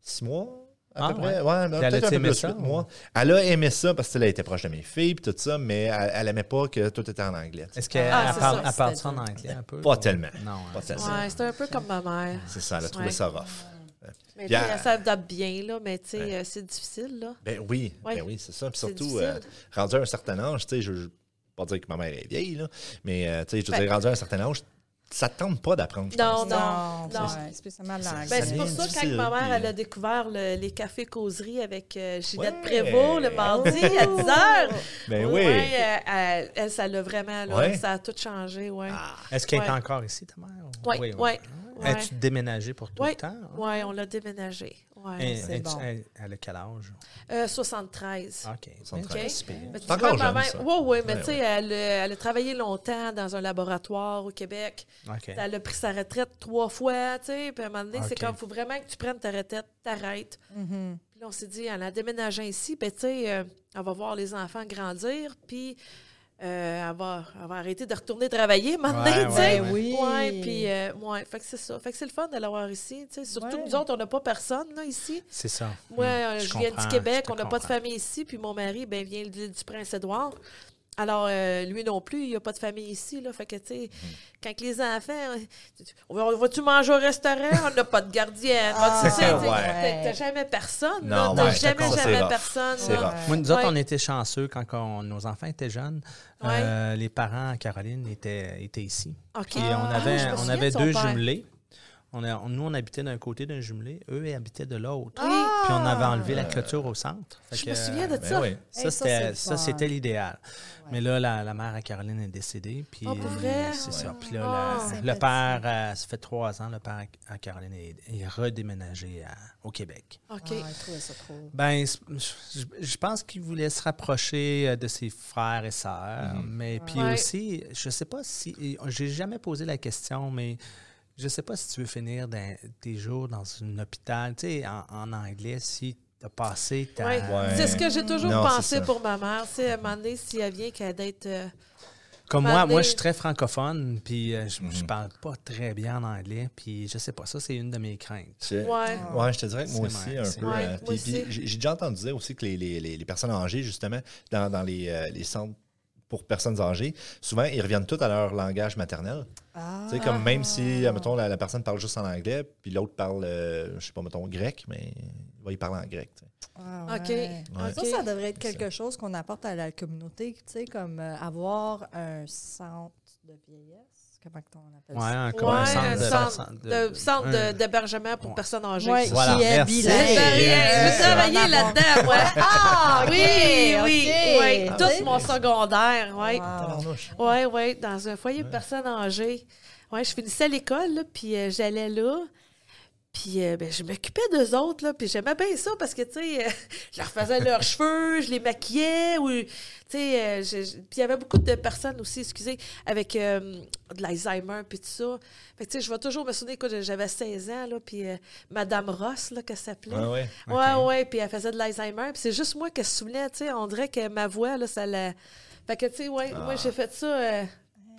six mois. À Ah, peu près. ouais. Ouais, ben, Puis elle peut-être a-tu un peu aimé plus, ça, huit ou? mois. Elle a aimé ça parce qu'elle était proche de mes filles puis tout ça, mais elle, elle aimait pas que tout était en anglais. tu sais. Est-ce qu'elle Ah, elle c'est parle, ça, elle parle c'était ça en anglais un peu? Pas tellement. Non, hein. Pas tellement. Ouais, c'était un peu comme ma mère. C'est ça, elle a trouvé Ouais. ça rough. Mais Puis tu sais, elle- elle s'adapte bien, là, mais tu sais, euh, c'est difficile, là. Ben oui, Ouais. ben oui, c'est ça. Puis C'est surtout, difficile. euh, rendu à un certain âge, tu sais, je ne veux pas dire que ma mère est vieille, là, mais euh, tu sais, je veux Ben- dire, rendu à un certain âge, ça ne tente pas d'apprendre. je pense. Non, Non, non, non, non. ouais, spécialement l'anglais. Ben, c'est devient pour ça que difficile, quand ma mère puis- elle a découvert le- les cafés causeries avec euh, Ginette Ouais. Prévost le mardi à 10 h Ben oui. euh, elle, elle, ça l'a vraiment, là, Ouais. Ah, ça a tout changé, ouais. Est-ce qu'elle est Ouais. encore ici, ta mère? Ouais, ouais, ouais. As-tu déménagé pour tout Ouais, le temps? hein. ouais, on l'a déménagé. Ouais. Elle, c'est elle- bon. elle- elle a quel âge? Eh. Euh, 73. OK. Centre- OK. c'est pire. Mais tu C'est encore vois, jeune, ma mère- ça. Ouais, ouais, mais Ouais, tu sais, elle, euh, elle a travaillé longtemps dans un laboratoire au Québec. OK. Elle a pris sa retraite trois fois, tu sais. Puis à un moment donné, c'est OK. comme, il faut vraiment que tu prennes ta retraite, t'arrêtes. Mhm. Puis là, on s'est dit, en la déménageant ici, ben, tu sais, euh, elle va voir les enfants grandir, puis euh, elle, va, elle va arrêter de retourner travailler maintenant, Ouais, tu ouais, sais. Ben oui. Ouais, puis, euh, ouais, fait que c'est ça. Fait que c'est le fun de l'avoir ici, tu sais. Surtout Ouais. que nous autres, on n'a pas personne, là, ici. C'est ça. Moi, Hmm. Mm. euh, je, viens comprends, du Québec, je te on n'a pas de comprends. famille ici, puis mon mari, ben, vient de l'île du Prince-Édouard. Alors, euh, lui non plus, il n'y a pas de famille ici. Là, fait que, tu sais, Hmm. quand les enfants, euh, on va- on va-tu manger au restaurant? On n'a pas de gardienne. Ah, Vas-tu- tu sais, ouais. t'as- T'as jamais personne. là. Non, T'as ouais, je te jamais, comprends, c'est jamais rough. personne. C'est là. rough. Moi, nous autres, Ouais. on était chanceux quand on- nos enfants étaient jeunes. Euh, les parents, Caroline, étaient, étaient ici. OK. Puis on Ah, avait, je me on souviens avait de son deux père. jumelés. On a- on- nous, on habitait d'un côté d'un jumelé. Eux, ils habitaient de l'autre. Oui, Puis on avait enlevé la clôture au centre. Fait Ah, je que, me souviens de Ben ça. oui. Ça, Hey, ça, c'est c'était- le ça, fun. c'était l'idéal. Mais là, la, la mère à Caroline est décédée. Puis, Oh, pour euh, vrai? C'est ça. Ouais. Puis là, la- Oh. le père, euh, ça fait trois ans, le père à Caroline est, est redéménagé à- au Québec. OK. Ah, il trouvait ça trop. Ben, c'est- je, je pense qu'il voulait se rapprocher euh, de ses frères et sœurs, mais puis Ouais. aussi, je sais pas si, et j'ai jamais posé la question, mais je sais pas si tu veux finir dans- tes jours dans un hôpital, tu sais, en, en anglais, si tu as passé ta... Ouais. Ouais. C'est ce que j'ai toujours Non, c'est pensé ça. pour ma mère. C'est à un moment donné, si elle vient qu'elle d'être. euh, Comme moi, Parler. moi, je suis très francophone, puis euh, je, je parle pas très bien en anglais, puis je sais pas, ça, c'est une de mes craintes. C'est- ouais. Ouais, je te dirais que moi C'est aussi, vrai, un c'est peu. vrai. euh, Ouais, puis- moi puis aussi. J'ai j'ai déjà entendu dire aussi que les, les- les- les personnes âgées, justement, dans, dans les, euh, les centres pour personnes âgées, souvent, ils reviennent tous à leur langage maternel. Ah, Tu sais, comme même Ah! si, mettons, la, la personne parle juste en anglais, puis l'autre parle, euh, je sais pas, mettons, grec, mais il va y parler en grec. tu sais. ah, OK. ouais. OK. Ça, ça devrait être quelque chose qu'on apporte à la communauté, tu sais, comme euh, avoir un centre de vieillesse. Comment on appelle Ouais, un, Ouais, comme un centre un de- centre de- de- centre de- un- d'hébergement pour Ouais. personnes âgées. ça? Ouais, Voilà, qui est merci. bilingue. De rien. Euh, J'ai travaillé en avoir- là-dedans, moi. Ah, oui, ok, oui, ok. oui. Ah, Tout oui. mon secondaire, oui. Ah, Wow. Tabarnouche. Oui, oui, dans un foyer de personnes âgées. Oui, je finissais l'école, là, puis euh, j'allais là. Puis euh, ben, je m'occupais d'eux autres, là, puis j'aimais bien ça parce que, tu sais, euh, je leur faisais leurs cheveux, je les maquillais, ou, tu sais, euh, je- je- puis il y avait beaucoup de personnes aussi, excusez, avec euh, de l'Alzheimer, puis tout ça. Fait que, tu sais, je vais toujours me souvenir, écoute, j'avais 16 ans, là, puis euh, Madame Ross, là, qu'elle s'appelait. Ouais, ouais. Ouais, Ok. ouais, puis elle faisait de l'Alzheimer. Puis c'est juste moi qui se souvenais, tu sais, on dirait que ma voix, là, ça la... Fait que, tu sais, ouais, moi, j'ai fait ça euh,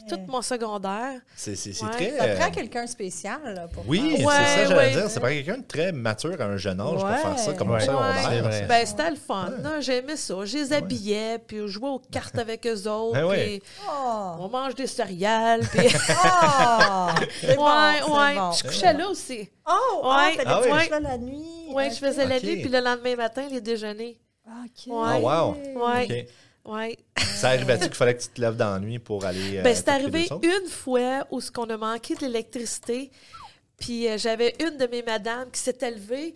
tout mon secondaire. C'est c'est- c'est Ouais, très. Ça prend euh, quelqu'un de spécial là, pour Oui, faire- Ouais, c'est ça, j'allais ouais. dire. C'est pas quelqu'un de très mature à un jeune âge pour Ouais. faire ça comme Ouais. ça. Ouais. on C'est vrai. Ben, c'était le fun. Non, j'aimais ça. Je les habillais, puis je jouais aux cartes avec eux autres, Ben ouais. puis Oh, on mange des céréales, oh, puis... ouais, c'est bon, c'est ouais. bon. Puis je couchais là aussi. Oh, oh, Ouais. t'as des Ah petits oui. cheveux la nuit. Ouais, je faisais la Ok. nuit, puis le lendemain matin, les déjeuners. Ok. Ouais. Ah, wow. Ouais. OK. Ouais. Ça arrivait-tu qu'il fallait que tu te lèves dans la nuit pour aller. euh, Ben, c'est t'occuper arrivé des autres? une fois où ce qu'on a manqué de l'électricité, puis euh, j'avais une de mes madames qui s'était levée,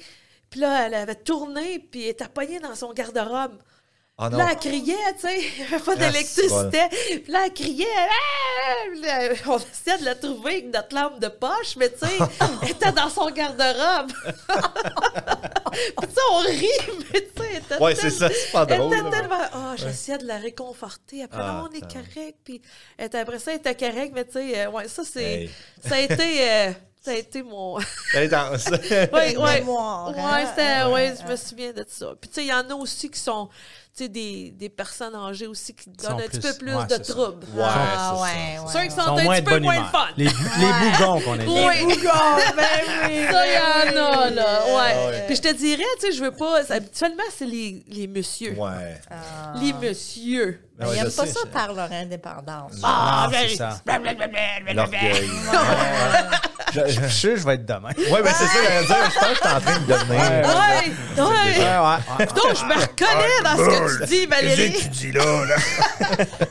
puis là, elle avait tourné, puis elle était pognée dans son garde-robe. Ah Puis non. Là, elle criait, tu sais, il n'y avait pas Ah, d'électricité. Puis là, elle criait, Ah! Puis là, on essayait de la trouver avec notre lampe de poche, mais tu sais, elle était dans son garde-robe. Puis tu sais, on rit, mais tu sais, elle était Ouais, c'est ça, c'est pas ben elle drôle. était là. tellement. Ah, j'essayais de la réconforter. Après, Ah, non, on est ben attends. correct. Puis elle était- après ça, elle était correct. Mais tu sais, euh, ouais, ça, c'est. Hey. Ça a été. euh, ça a été mon. ouais, Elle est dans ça. ouais. Ouais, Mémoire, hein? Ouais, c'était- ouais, ouais. je me souviens de ça. Puis tu sais, il y en a aussi qui sont. Tu sais, des, des personnes âgées aussi qui Sont donnent un petit plus- peu plus ouais, de c'est ça. troubles. Ouais, ah, c'est ça. ouais, ouais. Ceux qui Ils sont, sont un moins petit de peu bonne moins humeur. le fun. Les, les bougons qu'on est. Ouais. Bougon, ben oui. Ça, il ben y en a, oui. là. Ouais. ouais. Puis je te dirais, tu sais, je veux pas. Habituellement, c'est les, les messieurs. Ouais. Ah. Les messieurs. Ben Mais ouais, ils je n'aiment pas sais, ça je- par leur indépendance. Ah, ben, c'est ça. L'orgueil. Je suis sûr que je vais être demain. Ouais, Ouais, ben c'est ça, j'allais dire. Je pense que je suis en train de devenir. Ah. Ouais, ouais. ouais, ouais. Donc, je me Ah, reconnais dans ce que tu dis, Valérie. dis là, là?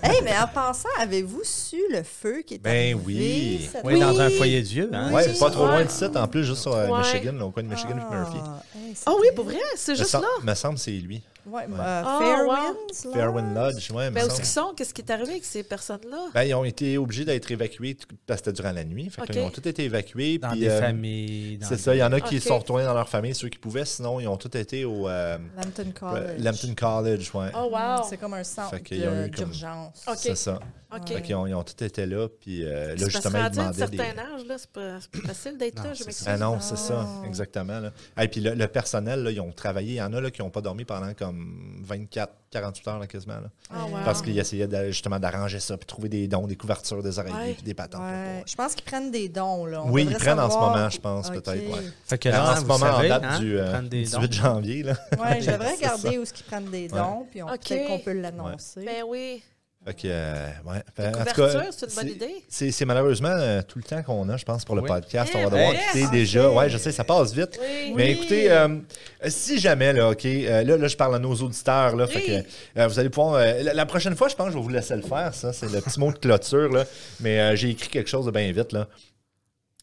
Hey, mais en passant, avez-vous su le feu qui est Ben arrivé oui. cette- Oui, dans un foyer de vieux. Hein? Ouais, c'est pas trop ouais. loin d'ici, en plus, juste sur euh, Ouais. Michigan, là, au coin de Michigan et Murphy. Ah, hey, c'est Ah oui, vrai. pour vrai, c'est Me juste sem- là. Me semble que c'est lui. Ouais, euh, Ah, Fairwinds, là. Fairwind Lodge, ouais, me Mais Ben, où semble. est-ce qu'ils sont? Qu'est-ce qui est arrivé avec ces personnes-là? Ben, ils ont été obligés d'être évacués t- parce que c'était durant la nuit. Fait que là, Ok. ils ont tous été évacués. Dans puis, des euh, familles. dans C'est des- ça, il y en a qui Ok. sont retournés dans leur famille, ceux qui pouvaient. Sinon, ils ont tous été au euh, Lambton College. Lampton College, ouais. Oh, wow. Ah, C'est comme un centre Fait qu'ils ont de- eu comme- d'urgence. Ok. C'est ça. OK. Fait qu'ils ont, ils ont tous été là, puis euh, là, C'est parce que justement, ils rendu à un demandaient des... certain âge, là, c'est pas, c'est pas facile d'être Non, là, je c'est m'excuse. Ah non, c'est ça, Non. exactement. Là. Et puis le, le personnel, là, ils ont travaillé. Il y en a là, qui n'ont pas dormi pendant comme 24, 48 heures là, quasiment. là. Ah, wow. Parce qu'ils essayaient d'a- justement d'arranger ça, puis trouver des dons, des couvertures, des oreillers, Ouais. puis des patentes. là, Ouais. pour- Je pense qu'ils prennent des dons, là. On Oui, ils devrait prennent en ce savoir- moment, je pense, Ok. peut-être. ouais. Fait que en là, ce vous moment, savez, en date hein, du euh, prendre des 18 dons. janvier. Là. Ouais, je devrais C'est ça. regarder où est-ce qu'ils prennent des dons, puis on Ok. peut-être qu'on peut l'annoncer. Ben oui. Fait que, euh, ouais. La En tout cas, couverture, c'est une bonne c'est- idée. C'est c'est malheureusement euh, tout le temps qu'on a, je pense, pour le Oui. podcast. Eh on va ben, devoir yes, quitter en déjà. fait. Ouais, je sais, ça passe vite. Oui. Mais Oui. écoutez, euh, si jamais, là, OK, euh, là, là, je parle à nos auditeurs, là, fait Oui. que euh, vous allez pouvoir. euh, la, la prochaine fois, je pense que je vais vous laisser le faire, ça. C'est le petit mot de clôture, là. Mais euh, j'ai écrit quelque chose de bien vite, là.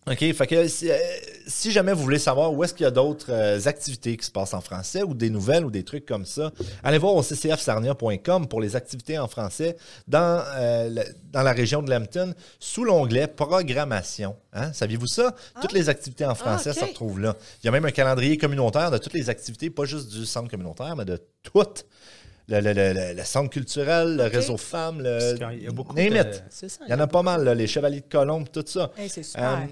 OK, fait que si, euh, si jamais vous voulez savoir où est-ce qu'il y a d'autres euh, activités qui se passent en français ou des nouvelles ou des trucs comme ça, allez voir au ccfsarnia.com pour les activités en français dans, euh, la, dans la région de Lambton sous l'onglet Programmation. Hein? Saviez-vous ça? Toutes les activités en français ok. se retrouvent là. Il y a même un calendrier communautaire de toutes les activités, pas juste du centre communautaire, mais de toutes. Le, le- le- le- le centre culturel, le Ok. réseau femmes, Parce le. qu'il y a beaucoup Name de- it. C'est ça. Il y en a pas mal, là, les Chevaliers de Colombe, tout ça. Hey, c'est Euh, super.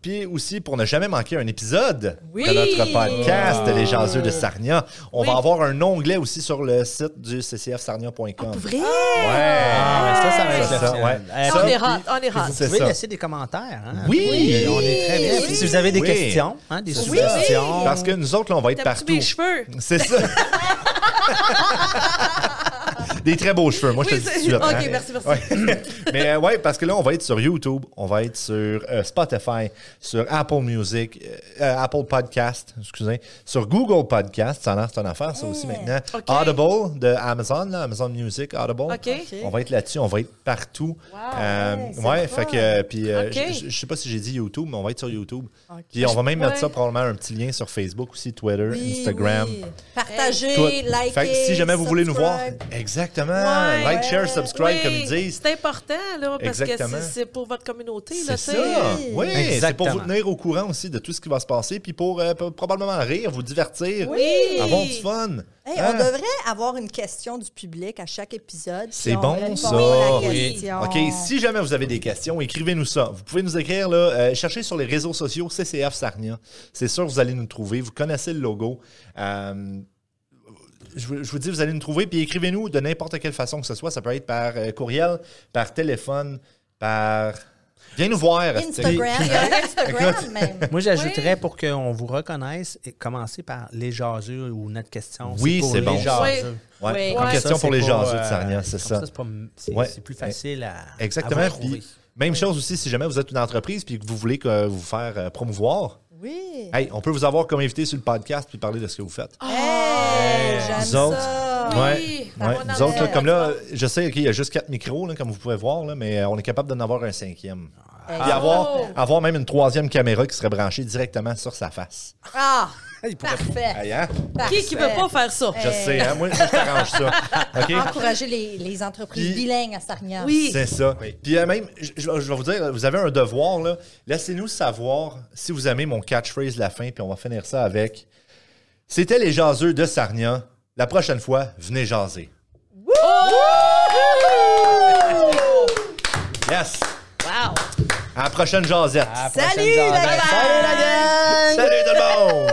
Puis aussi, pour ne jamais manquer un épisode Oui! de notre podcast, Oh! Les Jaseux de Sarnia, on Oui. va avoir un onglet aussi sur le site du ccfsarnia.com. Pour vrai? Ah, ça, ça va être C'est le ça, fun. ouais. Eh, Ça, on est puis- hot, on est puis hot. vous- C'est Vous pouvez ça. laisser des commentaires. Hein? Oui! On est très bien. Oui. Puis si vous avez des Oui. questions, hein, des Oui. suggestions. Parce que nous autres, là, on va être T'as-tu partout. mes cheveux? C'est ça. Des très beaux cheveux, moi je te Oui, le dis c'est- tout de suite. Ok, hein. merci, merci. Ouais. Mais euh, ouais, parce que là, on va être sur YouTube, on va être sur euh, Spotify, sur Apple Music, euh, euh, Apple Podcast, excusez, sur Google Podcast, ça a l'air c'est une affaire, ça aussi maintenant. Oh, Ok. Audible de Amazon, là, Amazon Music, Audible. OK. On va être là-dessus, on va être partout. Wow. Euh, Ouais, c'est ouais, le fait fun. que euh, puis euh, Ok. je- je je sais pas si j'ai dit YouTube, mais on va être sur YouTube. Ok. Puis on va même mettre ça Ouais. probablement un petit lien sur Facebook aussi, Twitter, Oui, Instagram. oui. Partagez, Tout. likez. Fait que si jamais vous voulez nous voir, subscribe. exactement. Ouais. like, share, subscribe, Oui, comme ils disent. C'est important, là, parce Exactement. que c'est- c'est pour votre communauté, là, C'est tu sais. ça. Oui, c'est pour Exactement. vous tenir au courant aussi de tout ce qui va se passer, puis pour euh, p- probablement rire, vous divertir, Oui. avoir du fun. Hey, Hein? On devrait avoir une question du public à chaque épisode. puis C'est on bon, répond ça. à la Oui. question. OK, si jamais vous avez des questions, écrivez-nous ça. Vous pouvez nous écrire, là, euh, cherchez sur les réseaux sociaux CCF Sarnia. C'est sûr, vous allez nous trouver. Vous connaissez le logo. Euh, je, vous- je vous dis, vous allez nous trouver, puis écrivez-nous de n'importe quelle façon que ce soit. Ça peut être par euh, courriel, par téléphone, par... Viens nous voir. Instagram, il y a Instagram même. Moi, j'ajouterais pour qu'on vous reconnaisse, et commencer par les jaseux ou notre question. Oui, pour c'est les bon. jaseux. Oui. Ouais, Oui. comme Ouais. question Ça, pour les pas, jaseux de euh, Sarnia, c'est comme ça. C'est pas- c'est- Ouais. c'est plus facile à. Exactement. à vous retrouver. Puis, même chose aussi, si jamais vous êtes une entreprise puis que vous voulez que vous faire euh, promouvoir, Oui. Hey, on peut vous avoir comme invité sur le podcast puis parler de ce que vous faites. Hey, Vous j'aime autres, ça. Ah, oui! Ouais, Ah, ouais. on en Nous a autres, là, fait. comme là, je sais qu'il y a juste quatre micros, là, comme vous pouvez voir, là, mais euh, on est capable d'en avoir un cinquième. Puis Ah. avoir, avoir même une troisième caméra qui serait branchée directement sur sa face. Ah! Il pourrait- Parfait! Aïe, hein? Qui qui veut pas faire ça? Je sais, hein? moi, moi, je t'arrange ça. OK? Encourager les, les entreprises Puis- bilingues à Sarnia. Oui. C'est ça. Puis euh, même, je, je vais je vais vous dire, vous avez un devoir, là. Laissez-nous savoir si vous aimez mon catchphrase de la fin, puis on va finir ça avec. C'était les jaseux de Sarnia. La prochaine fois, venez jaser. Yes! Wow! À la prochaine jasette. À la prochaine, Salut! Jean-Jacques. bye-bye. Salut tout le monde!